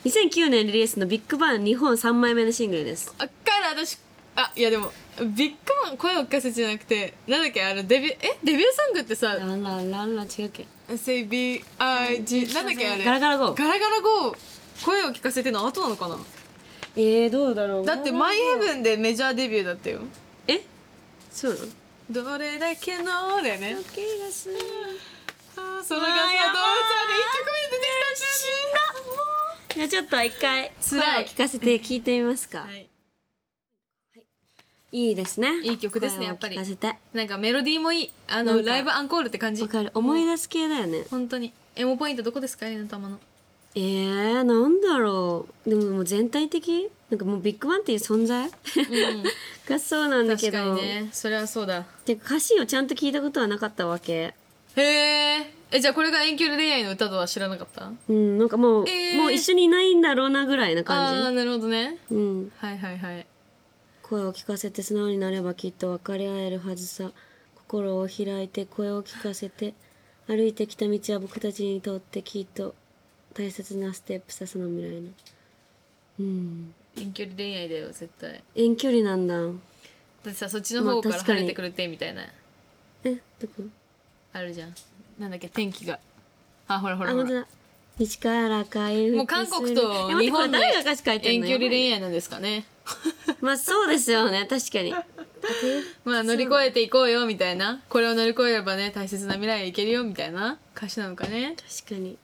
[SPEAKER 1] 2009年リリースのビッグバン日本3枚目のシングルです
[SPEAKER 3] あから私あいやでもビッグマン声を聞かせてじゃなくてなんだっけあのデビューえデビューソングってさ
[SPEAKER 1] ランランランラン違うっけ
[SPEAKER 3] SABIG なんだっけあれ
[SPEAKER 1] ガラガラ GO
[SPEAKER 3] ガラガラ GO 声を聞かせての後なのかな
[SPEAKER 1] えー、どうだろう
[SPEAKER 3] だってマイヘブンでメジャーデビューだったよ
[SPEAKER 1] えそうなの
[SPEAKER 3] どれだけのだよね
[SPEAKER 1] あーやばい
[SPEAKER 3] あーその楽が動物園で一曲目で出てきたし
[SPEAKER 1] じゃあちょっと一回声を
[SPEAKER 3] 辛い
[SPEAKER 1] 聞かせて聞いてみますか、
[SPEAKER 3] はい
[SPEAKER 1] い、いですね
[SPEAKER 3] いい曲ですね
[SPEAKER 1] 声を
[SPEAKER 3] やっぱり
[SPEAKER 1] 聞かせて
[SPEAKER 3] なんかメロディーもいいあ
[SPEAKER 1] な
[SPEAKER 3] の
[SPEAKER 1] んか
[SPEAKER 3] ライブアンコールって感じ
[SPEAKER 1] わかる思い出す系だよね、
[SPEAKER 3] 本当にエモポイントどこですかエリの玉の
[SPEAKER 1] えー、なんだろうでももう全体的なんかもうビッグバンっていう存在、 がそうなんだけ
[SPEAKER 3] 確
[SPEAKER 1] ど
[SPEAKER 3] かにねそれはそうだ
[SPEAKER 1] てか歌詞をちゃんと聞いたことはなかったわけ
[SPEAKER 3] へええじゃあこれが遠距離恋愛の歌とは知らなかった
[SPEAKER 1] うんなんかもう、
[SPEAKER 3] えー
[SPEAKER 1] もう一緒にいないんだろうなぐらいな
[SPEAKER 3] ああ
[SPEAKER 1] 感
[SPEAKER 3] なるほどね
[SPEAKER 1] じうん
[SPEAKER 3] はいはいはい
[SPEAKER 1] 声を聞かせて素直になればきっと分かり合えるはずさ心を開いて声を聞かせて歩いてきた道は僕たちにとってきっと大切なステップさその未来のうん
[SPEAKER 3] 遠距離恋愛だよ絶対
[SPEAKER 1] 遠距離なんだ
[SPEAKER 3] だってさそっちの方から
[SPEAKER 1] まあ確かに
[SPEAKER 3] 晴れてくれてみたいな
[SPEAKER 1] えどこ
[SPEAKER 3] あるじゃんなんだっけ天気があほらほ
[SPEAKER 1] あ
[SPEAKER 3] らほ
[SPEAKER 1] 本当
[SPEAKER 3] ら
[SPEAKER 1] だ西から回復
[SPEAKER 3] もう韓国
[SPEAKER 1] するえ
[SPEAKER 3] と
[SPEAKER 1] 待っ
[SPEAKER 3] 日
[SPEAKER 1] てこれ
[SPEAKER 3] 本の
[SPEAKER 1] 誰が歌詞書い
[SPEAKER 3] 遠
[SPEAKER 1] てんの
[SPEAKER 3] 距離恋愛なんですかね
[SPEAKER 1] まあそうですよね確かにあで
[SPEAKER 3] まあ乗り越えていこうよみたいなこれを乗り越えればね大切な未来へ行けるよみたいな歌詞なのかね
[SPEAKER 1] 確かに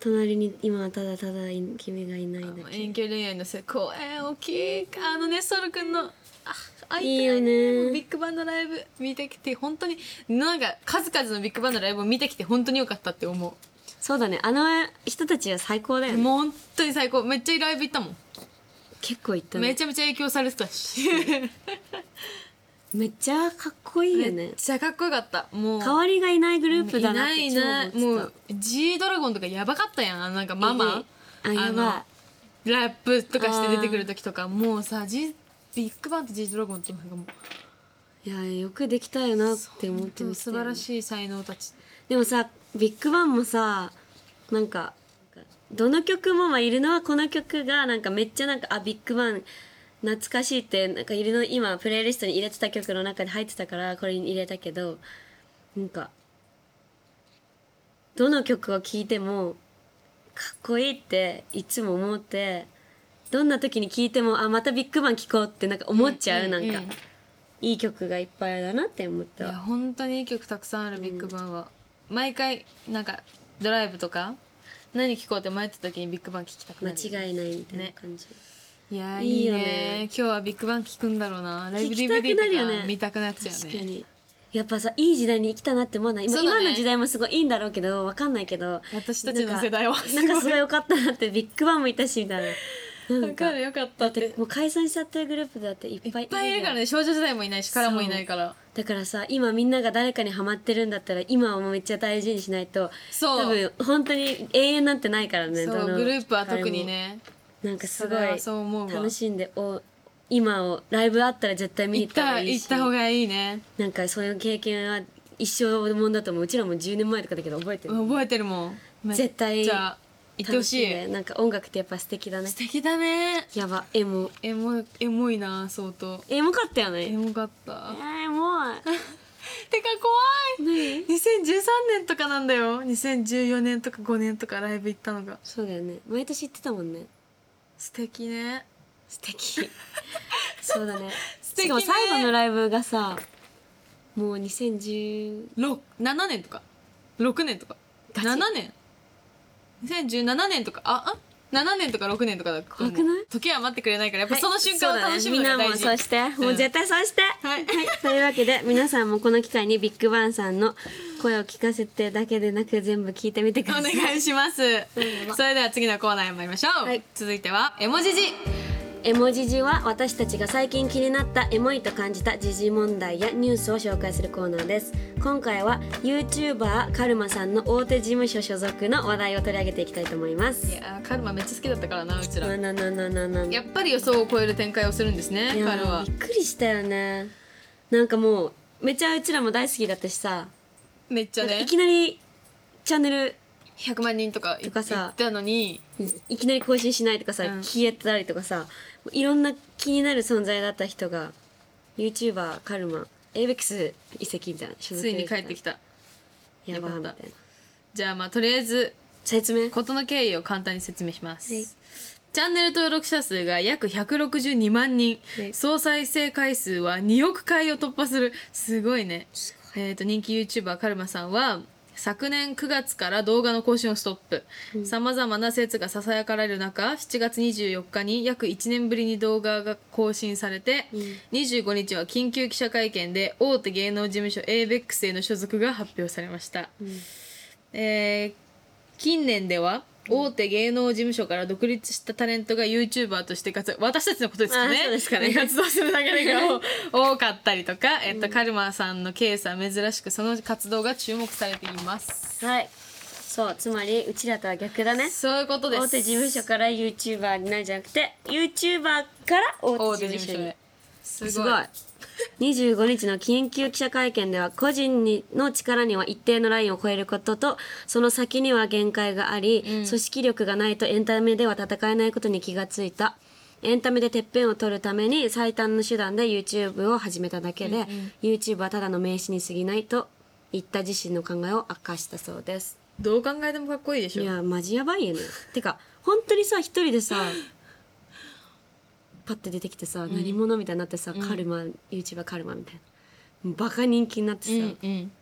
[SPEAKER 1] 隣に今はただただい君がいないだけ
[SPEAKER 3] 遠距離恋愛のせ声大きいあのねソルくんのあ会
[SPEAKER 1] いい
[SPEAKER 3] いた
[SPEAKER 1] よ
[SPEAKER 3] い
[SPEAKER 1] ね
[SPEAKER 3] ビッグバンドライブ見てきて本当になんか数々のビッグバンドライブを見てきて本当に良かったって思う
[SPEAKER 1] そうだねあの人たちは最高だよね
[SPEAKER 3] もう本当に最高めっちゃライブ行ったもん、
[SPEAKER 1] 結構いったね
[SPEAKER 3] めちゃめちゃ影響されてたし
[SPEAKER 1] めっちゃかっこいいよ
[SPEAKER 3] め
[SPEAKER 1] ね
[SPEAKER 3] っちゃかっこよかったもう
[SPEAKER 1] 代わりがいないグループだなっ
[SPEAKER 3] い
[SPEAKER 1] て
[SPEAKER 3] い
[SPEAKER 1] 超思
[SPEAKER 3] な
[SPEAKER 1] って
[SPEAKER 3] い
[SPEAKER 1] た
[SPEAKER 3] もう G ドラゴンとかやばかったやんあのなんかママ、
[SPEAKER 1] えぐいあやば
[SPEAKER 3] ラップとかして出てくる時とかもうさ、G、ビッグバンと G ドラゴンってなんかもう
[SPEAKER 1] いいやよくできたよなって思ってま
[SPEAKER 3] 素晴ら
[SPEAKER 1] い
[SPEAKER 3] しい才能たち
[SPEAKER 1] でもさビッグバンもさなんかどの曲もまあいるのはこの曲がなんかめっちゃなんかあビッグバン懐かしいってなんかいるの今プレイリストに入れてた曲の中で入ってたからこれに入れたけどなんかどの曲を聴いてもかっこいいっていつも思ってどんな時に聴いてもあまたビッグバン聴こうってなんか思っちゃう、なんか、
[SPEAKER 3] うん
[SPEAKER 1] いい曲がいっぱいだなって思っ
[SPEAKER 3] いや
[SPEAKER 1] た
[SPEAKER 3] 本当にいい曲たくさんあるビッグバンは、毎回なんかドライブとか何聴こうって迷った時にビッグバン聴きたくなる
[SPEAKER 1] 間違いないみたいな感じ、
[SPEAKER 3] いや
[SPEAKER 1] い
[SPEAKER 3] い
[SPEAKER 1] い
[SPEAKER 3] い
[SPEAKER 1] よ
[SPEAKER 3] よ
[SPEAKER 1] ね
[SPEAKER 3] ね今日はビッグバン聴くんだろうなライブ
[SPEAKER 1] 聞きたくなるよね
[SPEAKER 3] DVD とか見たくなっちゃう
[SPEAKER 1] 確
[SPEAKER 3] ね
[SPEAKER 1] かにやっぱさいい時代に生きたなって思わない今,、
[SPEAKER 3] そうだね
[SPEAKER 1] の時代もすごいいいんだろうけどわかんないけど
[SPEAKER 3] 私たちの世代は
[SPEAKER 1] なんかなんかすごい良かったなってビッグバンもいたしみたいなな
[SPEAKER 3] わ
[SPEAKER 1] んか
[SPEAKER 3] かるよかったって
[SPEAKER 1] もう解散しちゃってるグループだっていっぱい
[SPEAKER 3] いっぱいいるから
[SPEAKER 1] じゃん
[SPEAKER 3] ね少女時代もいないしカラもいないから
[SPEAKER 1] だからさ今みんなが誰かにハマってるんだったら今はもうめっちゃ大事にしないと
[SPEAKER 3] そう
[SPEAKER 1] 多分本当に永遠なんてないからね
[SPEAKER 3] そう
[SPEAKER 1] どの
[SPEAKER 3] グループは特にね
[SPEAKER 1] なんかすご
[SPEAKER 3] それはそう思う
[SPEAKER 1] い
[SPEAKER 3] わ
[SPEAKER 1] 楽しんでお今をライブあったら絶対見に
[SPEAKER 3] 行
[SPEAKER 1] 行
[SPEAKER 3] っ
[SPEAKER 1] った方
[SPEAKER 3] た
[SPEAKER 1] がいい
[SPEAKER 3] 行
[SPEAKER 1] し
[SPEAKER 3] った方がいいね
[SPEAKER 1] なんかそういう経験は一生もんだと思ううちらも10年前とかだけど覚えてる、
[SPEAKER 3] 覚えてるもんめっ
[SPEAKER 1] 絶対
[SPEAKER 3] じゃあ行ってほしい
[SPEAKER 1] 楽ねなんか音楽ってやっぱ素敵だね
[SPEAKER 3] 素敵だね
[SPEAKER 1] やばエモ
[SPEAKER 3] エモいエモいな相当
[SPEAKER 1] エモかったよね
[SPEAKER 3] エ
[SPEAKER 1] え
[SPEAKER 3] モかった
[SPEAKER 1] ーエモい
[SPEAKER 3] てか怖い
[SPEAKER 1] 何
[SPEAKER 3] 2013年とかなんだよ2014年とか5年とかライブ行ったのが
[SPEAKER 1] そうだよね毎年言ってたもんね
[SPEAKER 3] 素敵ね
[SPEAKER 1] 素敵そうだね
[SPEAKER 3] 素敵ね
[SPEAKER 1] しかも最後のライブがさもう2010
[SPEAKER 3] 7年とか6年とか
[SPEAKER 1] ガチ
[SPEAKER 3] 7年2017年とかああ7年とか6年とかだと思
[SPEAKER 1] 怖
[SPEAKER 3] う
[SPEAKER 1] くない
[SPEAKER 3] 時は待ってくれないからやっぱ
[SPEAKER 1] はい
[SPEAKER 3] その瞬間を
[SPEAKER 1] そうだね
[SPEAKER 3] 楽しむのが
[SPEAKER 1] みんな
[SPEAKER 3] 大
[SPEAKER 1] も
[SPEAKER 3] 事、
[SPEAKER 1] そうしてもう絶対そうして、
[SPEAKER 3] はい
[SPEAKER 1] というわけで皆さんもこの機会にビッグバンさんの声を聞かせてだけでなく全部聞いてみてください
[SPEAKER 3] お願いしますそれでは次のコーナーへ参りましょう、
[SPEAKER 1] はい
[SPEAKER 3] 続いては絵文字字
[SPEAKER 1] エモジジは私たちが最近気になったエモいと感じた時事問題やニュースを紹介するコーナーです今回は YouTuber カルマさんの大手事務所所属の話題を取り上げていきたいと思いま
[SPEAKER 3] い
[SPEAKER 1] す
[SPEAKER 3] やーカルマめっちゃ好きだったからなうちら
[SPEAKER 1] なななななな
[SPEAKER 3] やっぱり予想を超える展開をするんですね
[SPEAKER 1] いや
[SPEAKER 3] 彼は
[SPEAKER 1] びっくりしたよねなんかもうめっちゃうちらも大好きだったしさ、
[SPEAKER 3] めっちゃ
[SPEAKER 1] なんか
[SPEAKER 3] ね
[SPEAKER 1] いきなりチャンネル
[SPEAKER 3] 100万人とかい
[SPEAKER 1] とかさ
[SPEAKER 3] 行ったのに
[SPEAKER 1] いきなり更新しないとかさ、
[SPEAKER 3] うん
[SPEAKER 1] 消えたりとかさいろんな気になる存在だった人が YouTuber カルマエイベックス遺跡みたいな所属
[SPEAKER 3] ついに帰ってき
[SPEAKER 1] た
[SPEAKER 3] た
[SPEAKER 1] やば
[SPEAKER 3] よか
[SPEAKER 1] み
[SPEAKER 3] った
[SPEAKER 1] たいな
[SPEAKER 3] じゃあまあとりあえず
[SPEAKER 1] 説明
[SPEAKER 3] 事の経緯を簡単に説明します、
[SPEAKER 1] はい
[SPEAKER 3] チャンネル登録者数が約162万人、
[SPEAKER 1] はい
[SPEAKER 3] 総再生回数は2億回を突破するすごいねえー、と人気 YouTuber カルマさんは昨年9月から動画の更新をストップさまざまな説がささやかれる中7月24日に約1年ぶりに動画が更新されて、25日は緊急記者会見で大手芸能事務所 ABEX への所属が発表されました、えー近年では大手芸能事務所から独立したタレントが YouTuber として活躍私たちのことですかね
[SPEAKER 1] あそうですかね
[SPEAKER 3] 活動する流れ が多多かったりとか、えっとカルマさんのケースは珍しくその活動が注目されています
[SPEAKER 1] はいそうつまりうちらとは逆だね
[SPEAKER 3] そういうことです
[SPEAKER 1] 大手事務所から YouTuber になるんじゃなくて YouTuber から大
[SPEAKER 3] 大
[SPEAKER 1] 手事
[SPEAKER 3] 手事
[SPEAKER 1] 務所
[SPEAKER 3] 務所
[SPEAKER 1] に
[SPEAKER 3] へすごい
[SPEAKER 1] すごい。25日の緊急記者会見では個人にの力には一定のラインを超えることとその先には限界があり、組織力がないとエンタメでは戦えないことに気がついたエンタメでてっぺんを取るために最短の手段で YouTube を始めただけで、YouTube はただの名刺に過ぎないといった自身の考えを明かしたそうです
[SPEAKER 3] どう考えてもかっこいいでしょ
[SPEAKER 1] いやマジやばいよねてか本当にさ一人でさパッて出てきてさ、何者みたいになってさ、カルマ YouTuber カルマみたいなバカ人気になってさ、
[SPEAKER 3] うんうん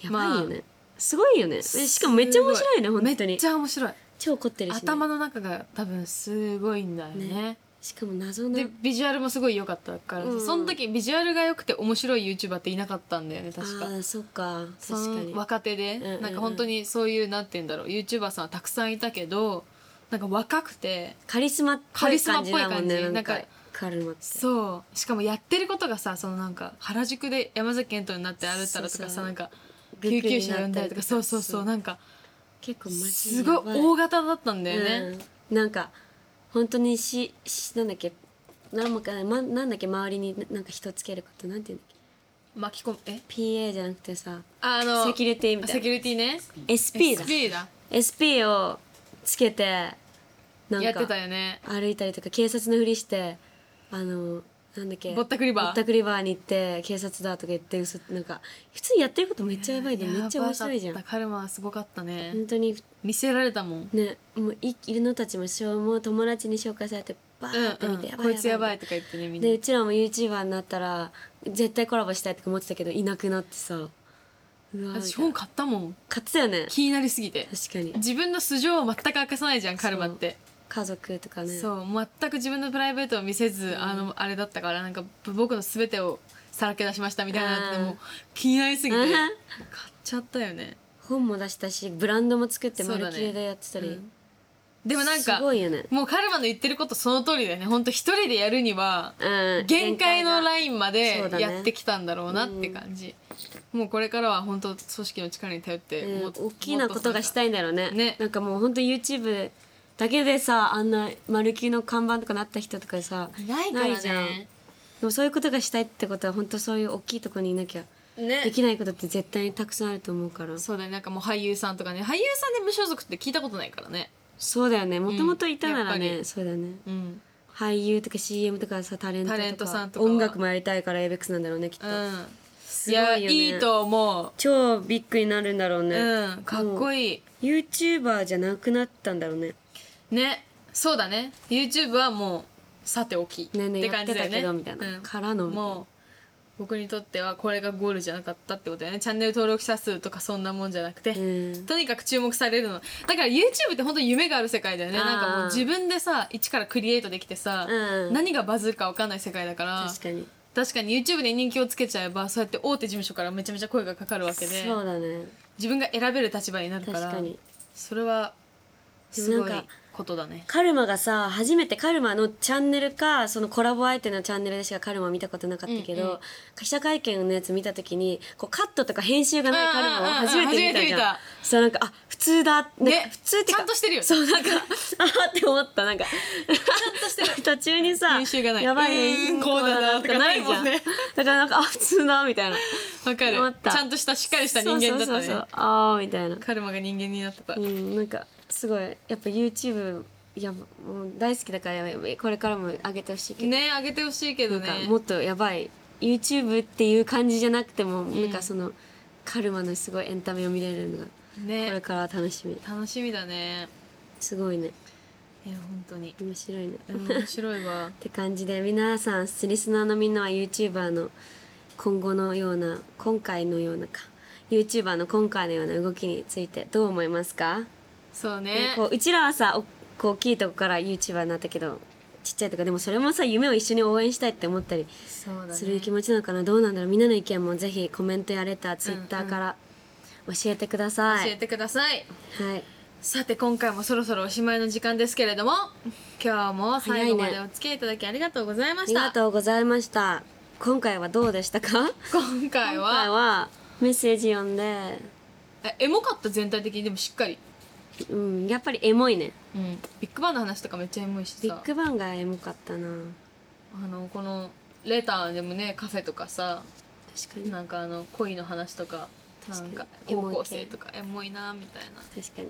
[SPEAKER 1] やばいよね、すごいよねえしかもめっちゃ面白いね
[SPEAKER 3] すご
[SPEAKER 1] 本当
[SPEAKER 3] め
[SPEAKER 1] に
[SPEAKER 3] っちゃ面白い
[SPEAKER 1] 超怒ってるし、ね、
[SPEAKER 3] 頭の中が多分すごいんだよね
[SPEAKER 1] しかも謎
[SPEAKER 3] で
[SPEAKER 1] の
[SPEAKER 3] ビジュアルもすごい良かったからさ、
[SPEAKER 1] うん
[SPEAKER 3] その時ビジュアルが良くて面白い YouTuber っていなかったんだよね
[SPEAKER 1] ああ
[SPEAKER 3] 確か
[SPEAKER 1] ーそっか
[SPEAKER 3] そ
[SPEAKER 1] 確か
[SPEAKER 3] の
[SPEAKER 1] に
[SPEAKER 3] 若手で、
[SPEAKER 1] んうんうん
[SPEAKER 3] なんか本当にそういうなんて言うんだろう YouTuber さんはたくさんいたけどなんか若くて
[SPEAKER 1] カリスマっぽ
[SPEAKER 3] カ
[SPEAKER 1] い
[SPEAKER 3] リスマ
[SPEAKER 1] 感
[SPEAKER 3] っ
[SPEAKER 1] じ
[SPEAKER 3] ぽい
[SPEAKER 1] だもん
[SPEAKER 3] 感じ
[SPEAKER 1] ねなん
[SPEAKER 3] な
[SPEAKER 1] か
[SPEAKER 3] んか
[SPEAKER 1] カルマって
[SPEAKER 3] そうしかもやってることがさそのなんか原宿で山崎賢人になって歩いたらとか
[SPEAKER 1] そう
[SPEAKER 3] さ
[SPEAKER 1] そう
[SPEAKER 3] なんか
[SPEAKER 1] グッ
[SPEAKER 3] 救
[SPEAKER 1] グリ
[SPEAKER 3] 急
[SPEAKER 1] にな
[SPEAKER 3] 車
[SPEAKER 1] ったりとか
[SPEAKER 3] 呼んだりとかそうそう
[SPEAKER 1] そ
[SPEAKER 3] そううなんか
[SPEAKER 1] 結構マジ
[SPEAKER 3] す
[SPEAKER 1] で
[SPEAKER 3] ごい
[SPEAKER 1] やば
[SPEAKER 3] 大型だったんだよね、
[SPEAKER 1] うん、なんか本当にししなんだっけなんもか、ま、なんだっけ周りになんか人つけることなんていうんだっ
[SPEAKER 3] 巻き込むえ
[SPEAKER 1] け PA じゃなくてさ
[SPEAKER 3] あの
[SPEAKER 1] セキュリティみたいな
[SPEAKER 3] セキュリティね
[SPEAKER 1] SP だ
[SPEAKER 3] SP だ
[SPEAKER 1] SP をつけてなん
[SPEAKER 3] やってた
[SPEAKER 1] か
[SPEAKER 3] よね
[SPEAKER 1] 歩いたりとか警察のふりしてあのなんだっけ
[SPEAKER 3] ぼったくりバー
[SPEAKER 1] ぼったくりバーに行って警察だとか言って嘘なんか普通にやってることめっちゃやばいでめっちゃ面白いじゃ
[SPEAKER 3] やば
[SPEAKER 1] ん
[SPEAKER 3] かったカルマはすごかったね、
[SPEAKER 1] 本当に
[SPEAKER 3] 見せられたもん
[SPEAKER 1] ねもういいるのたちもしょうも友達に紹介されてバーって
[SPEAKER 3] うんう
[SPEAKER 1] 見
[SPEAKER 3] ん
[SPEAKER 1] て、
[SPEAKER 3] こいつやば
[SPEAKER 1] い
[SPEAKER 3] いとか言ってねみんな
[SPEAKER 1] でうちらも YouTuber になったら絶対コラボしたいとか思ってたけどいなくなってさうわみたい
[SPEAKER 3] 私
[SPEAKER 1] な
[SPEAKER 3] 本買ったもん
[SPEAKER 1] 買ってたよね
[SPEAKER 3] 気になりすぎて
[SPEAKER 1] 確かに
[SPEAKER 3] 自分の素性を全く明かさないじゃんカルマって
[SPEAKER 1] 家族とかね
[SPEAKER 3] そう,、全く自分のプライベートを見せず、あのあれだったからなんか僕の全てをさらけ出しましたみたいな
[SPEAKER 1] あー
[SPEAKER 3] のもう気になりすぎて
[SPEAKER 1] うん
[SPEAKER 3] 買っちゃったよね
[SPEAKER 1] 本も出したしブランドも作って
[SPEAKER 3] そうだね
[SPEAKER 1] 丸系でやってたり、
[SPEAKER 3] うんでもなんか
[SPEAKER 1] すごいよね
[SPEAKER 3] もうカルマの言ってることその通りだよね本当一人でやるには
[SPEAKER 1] うん
[SPEAKER 3] 限界の
[SPEAKER 1] イ
[SPEAKER 3] ラインま
[SPEAKER 1] そう
[SPEAKER 3] で
[SPEAKER 1] だね
[SPEAKER 3] やってきたんだろうなって感じ、もうこれからは本当組織の力に頼って、
[SPEAKER 1] ン
[SPEAKER 3] もっと
[SPEAKER 1] 大きなことがしたいんだろうね
[SPEAKER 3] ね
[SPEAKER 1] なんかもうほんと YouTube だけでさあんな丸級の看板とかなった人とかさ
[SPEAKER 3] ないからね
[SPEAKER 1] じゃんでもそういうことがしたいってことは本当そういう大きいとこにいなきゃ
[SPEAKER 3] ね
[SPEAKER 1] できないことって絶対にたくさんあると思うから
[SPEAKER 3] そうだねなんかもう俳優さんとかね俳優さんで無所属って聞いたことないからね
[SPEAKER 1] そうだよねもともといたなら
[SPEAKER 3] やっぱ
[SPEAKER 1] ね
[SPEAKER 3] り
[SPEAKER 1] そうだよね
[SPEAKER 3] うん
[SPEAKER 1] 俳優とか CM とかさタレントとか
[SPEAKER 3] タレントさんとかは
[SPEAKER 1] 音楽もやりたいから ABEX なんだろうねきっと、
[SPEAKER 3] うん
[SPEAKER 1] す
[SPEAKER 3] い
[SPEAKER 1] ごいよ
[SPEAKER 3] や
[SPEAKER 1] ね
[SPEAKER 3] いいと思う
[SPEAKER 1] 超ビッグになるんだろうね、
[SPEAKER 3] うんかっこいい
[SPEAKER 1] YouTuber じゃなくなったんだろうね
[SPEAKER 3] ねそうだね YouTube はもうさておき、
[SPEAKER 1] ねえねえ
[SPEAKER 3] って感じだよ
[SPEAKER 1] やってた
[SPEAKER 3] ね
[SPEAKER 1] けどみたいな
[SPEAKER 3] うん
[SPEAKER 1] からのみたいな
[SPEAKER 3] もう僕にとってはこれがゴールじゃなかったってことだよねチャンネル登録者数とかそんなもんじゃなくて、
[SPEAKER 1] うん
[SPEAKER 3] とにかく注目されるのだから YouTube って本当に夢がある世界だよね
[SPEAKER 1] あー
[SPEAKER 3] なんかもう自分でさ一からクリエイトできてさ、
[SPEAKER 1] うん
[SPEAKER 3] 何がバズるか分かんない世界だから
[SPEAKER 1] 確かに
[SPEAKER 3] 確かに YouTube で人気をつけちゃえばそうやって大手事務所からめちゃめちゃ声がかかるわけで
[SPEAKER 1] そうだね
[SPEAKER 3] 自分が選べる立場になるから
[SPEAKER 1] 確かに
[SPEAKER 3] それはすごい
[SPEAKER 1] でもなんか
[SPEAKER 3] ことだね
[SPEAKER 1] カルマがさ初めてカルマのチャンネルかそのコラボ相手のチャンネルでしかカルマ見たことなかったけど、
[SPEAKER 3] うんうん
[SPEAKER 1] 記者会見のやつ見た時にこうカットとか編集がないカルマを
[SPEAKER 3] うんうんうん
[SPEAKER 1] 初めて見たじゃん
[SPEAKER 3] 初めて見た
[SPEAKER 1] そしたらなんかあ普通だなんか
[SPEAKER 3] ね
[SPEAKER 1] 普通ってか
[SPEAKER 3] ちゃんとしてるよ
[SPEAKER 1] そうなんか あーって思ったなんかちゃんとして 途中にさ
[SPEAKER 3] 編集がない
[SPEAKER 1] やばいう編
[SPEAKER 3] ーん
[SPEAKER 1] 集コーナーなんかないじ
[SPEAKER 3] こうだな
[SPEAKER 1] ゃん
[SPEAKER 3] とかないもんね
[SPEAKER 1] だからなんかあ普通だみたいな
[SPEAKER 3] わかる
[SPEAKER 1] 思った
[SPEAKER 3] ちゃんとしたしっかりした人間だったね
[SPEAKER 1] そうそうそうそうああみたいな
[SPEAKER 3] カルマが人間になってた、
[SPEAKER 1] うん、なんかすごいやっぱ YouTube いやもう大好きだからやばいこれからも上げてほしいけど、
[SPEAKER 3] ねあげてほしいけ
[SPEAKER 1] な
[SPEAKER 3] ど
[SPEAKER 1] ん
[SPEAKER 3] ね
[SPEAKER 1] かもっとやばい YouTube っていう感じじゃなくても、なんかそのカルマのすごいエンタメを見れるのがこれ
[SPEAKER 3] ね
[SPEAKER 1] から楽しみ
[SPEAKER 3] 楽しみだね
[SPEAKER 1] すごいね
[SPEAKER 3] いや本当に
[SPEAKER 1] 面白いね、
[SPEAKER 3] うん
[SPEAKER 1] っ
[SPEAKER 3] 面白いわ
[SPEAKER 1] て感じで皆さんリスナーのみんなは YouTuber の今後のような今回のようなか YouTuber の今回のような動きについてどう思いますか
[SPEAKER 3] そう
[SPEAKER 1] ね
[SPEAKER 3] ね
[SPEAKER 1] こううちらはさおこう大きいとこから YouTuber になったけどちっちゃいとかでもそれもさ夢を一緒に応援したいって思ったり
[SPEAKER 3] そうだね
[SPEAKER 1] する気持ちなのかな、どうなんだろうみんなの意見もぜひコメントやれた Twitter から教えてくださ
[SPEAKER 3] 教
[SPEAKER 1] い、
[SPEAKER 3] えてください
[SPEAKER 1] はい
[SPEAKER 3] さて今回もそろそろおしまいの時間ですけれども今日も最後までお付き合いいただきありがとうございま
[SPEAKER 1] あ
[SPEAKER 3] し
[SPEAKER 1] り
[SPEAKER 3] た、
[SPEAKER 1] がとうございました今回はどうでしたか
[SPEAKER 3] 今回
[SPEAKER 1] 今
[SPEAKER 3] は
[SPEAKER 1] 回はメッセージ読んで
[SPEAKER 3] えエモかった全体的にでもしっかり、
[SPEAKER 1] うんやっぱりエモいね
[SPEAKER 3] うん、ビッグバンの話とかめっちゃエモいし
[SPEAKER 1] ビッ
[SPEAKER 3] さ
[SPEAKER 1] グバンがエモかったな
[SPEAKER 3] あのこのレターでもねカフェとかさ
[SPEAKER 1] 確かに
[SPEAKER 3] なんかあの恋の話とかな
[SPEAKER 1] 確か
[SPEAKER 3] ん
[SPEAKER 1] に
[SPEAKER 3] か
[SPEAKER 1] エ
[SPEAKER 3] 高
[SPEAKER 1] モい系
[SPEAKER 3] 校生とかエモいなみたい
[SPEAKER 1] 確かに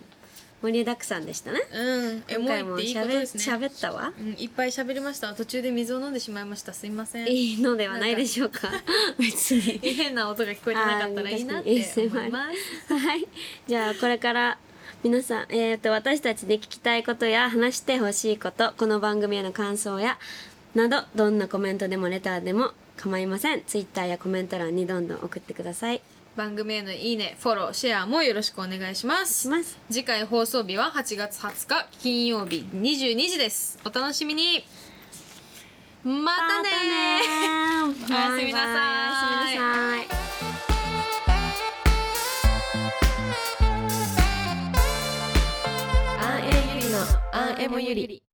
[SPEAKER 1] 盛りだくさんでしたね
[SPEAKER 3] なうんエモいっていいことです
[SPEAKER 1] 今回
[SPEAKER 3] ね
[SPEAKER 1] も喋喋ったわ
[SPEAKER 3] うん、いっぱい喋りました途中で水を飲んでしまいましたすいません
[SPEAKER 1] いいのではないでしょうか別に
[SPEAKER 3] 変な音が聞こえてなかったらいいなって思います
[SPEAKER 1] はい、じゃあこれから皆さん、えー、と私たちで聞きたいことや話してほしいことこの番組への感想やなどどんなコメントでもレターでも構いませんツイッターやコメント欄にどんどん送ってください
[SPEAKER 3] 番組へのいいねフォローシェアもよろしくお願いします
[SPEAKER 1] します
[SPEAKER 3] 次回放送日は8月20日金曜日22時ですお楽しみにまたね
[SPEAKER 1] またねー
[SPEAKER 3] おやすみなさ
[SPEAKER 1] バ
[SPEAKER 3] い
[SPEAKER 1] イバイおやすみなさい
[SPEAKER 4] アンエムユリのアンエムユリ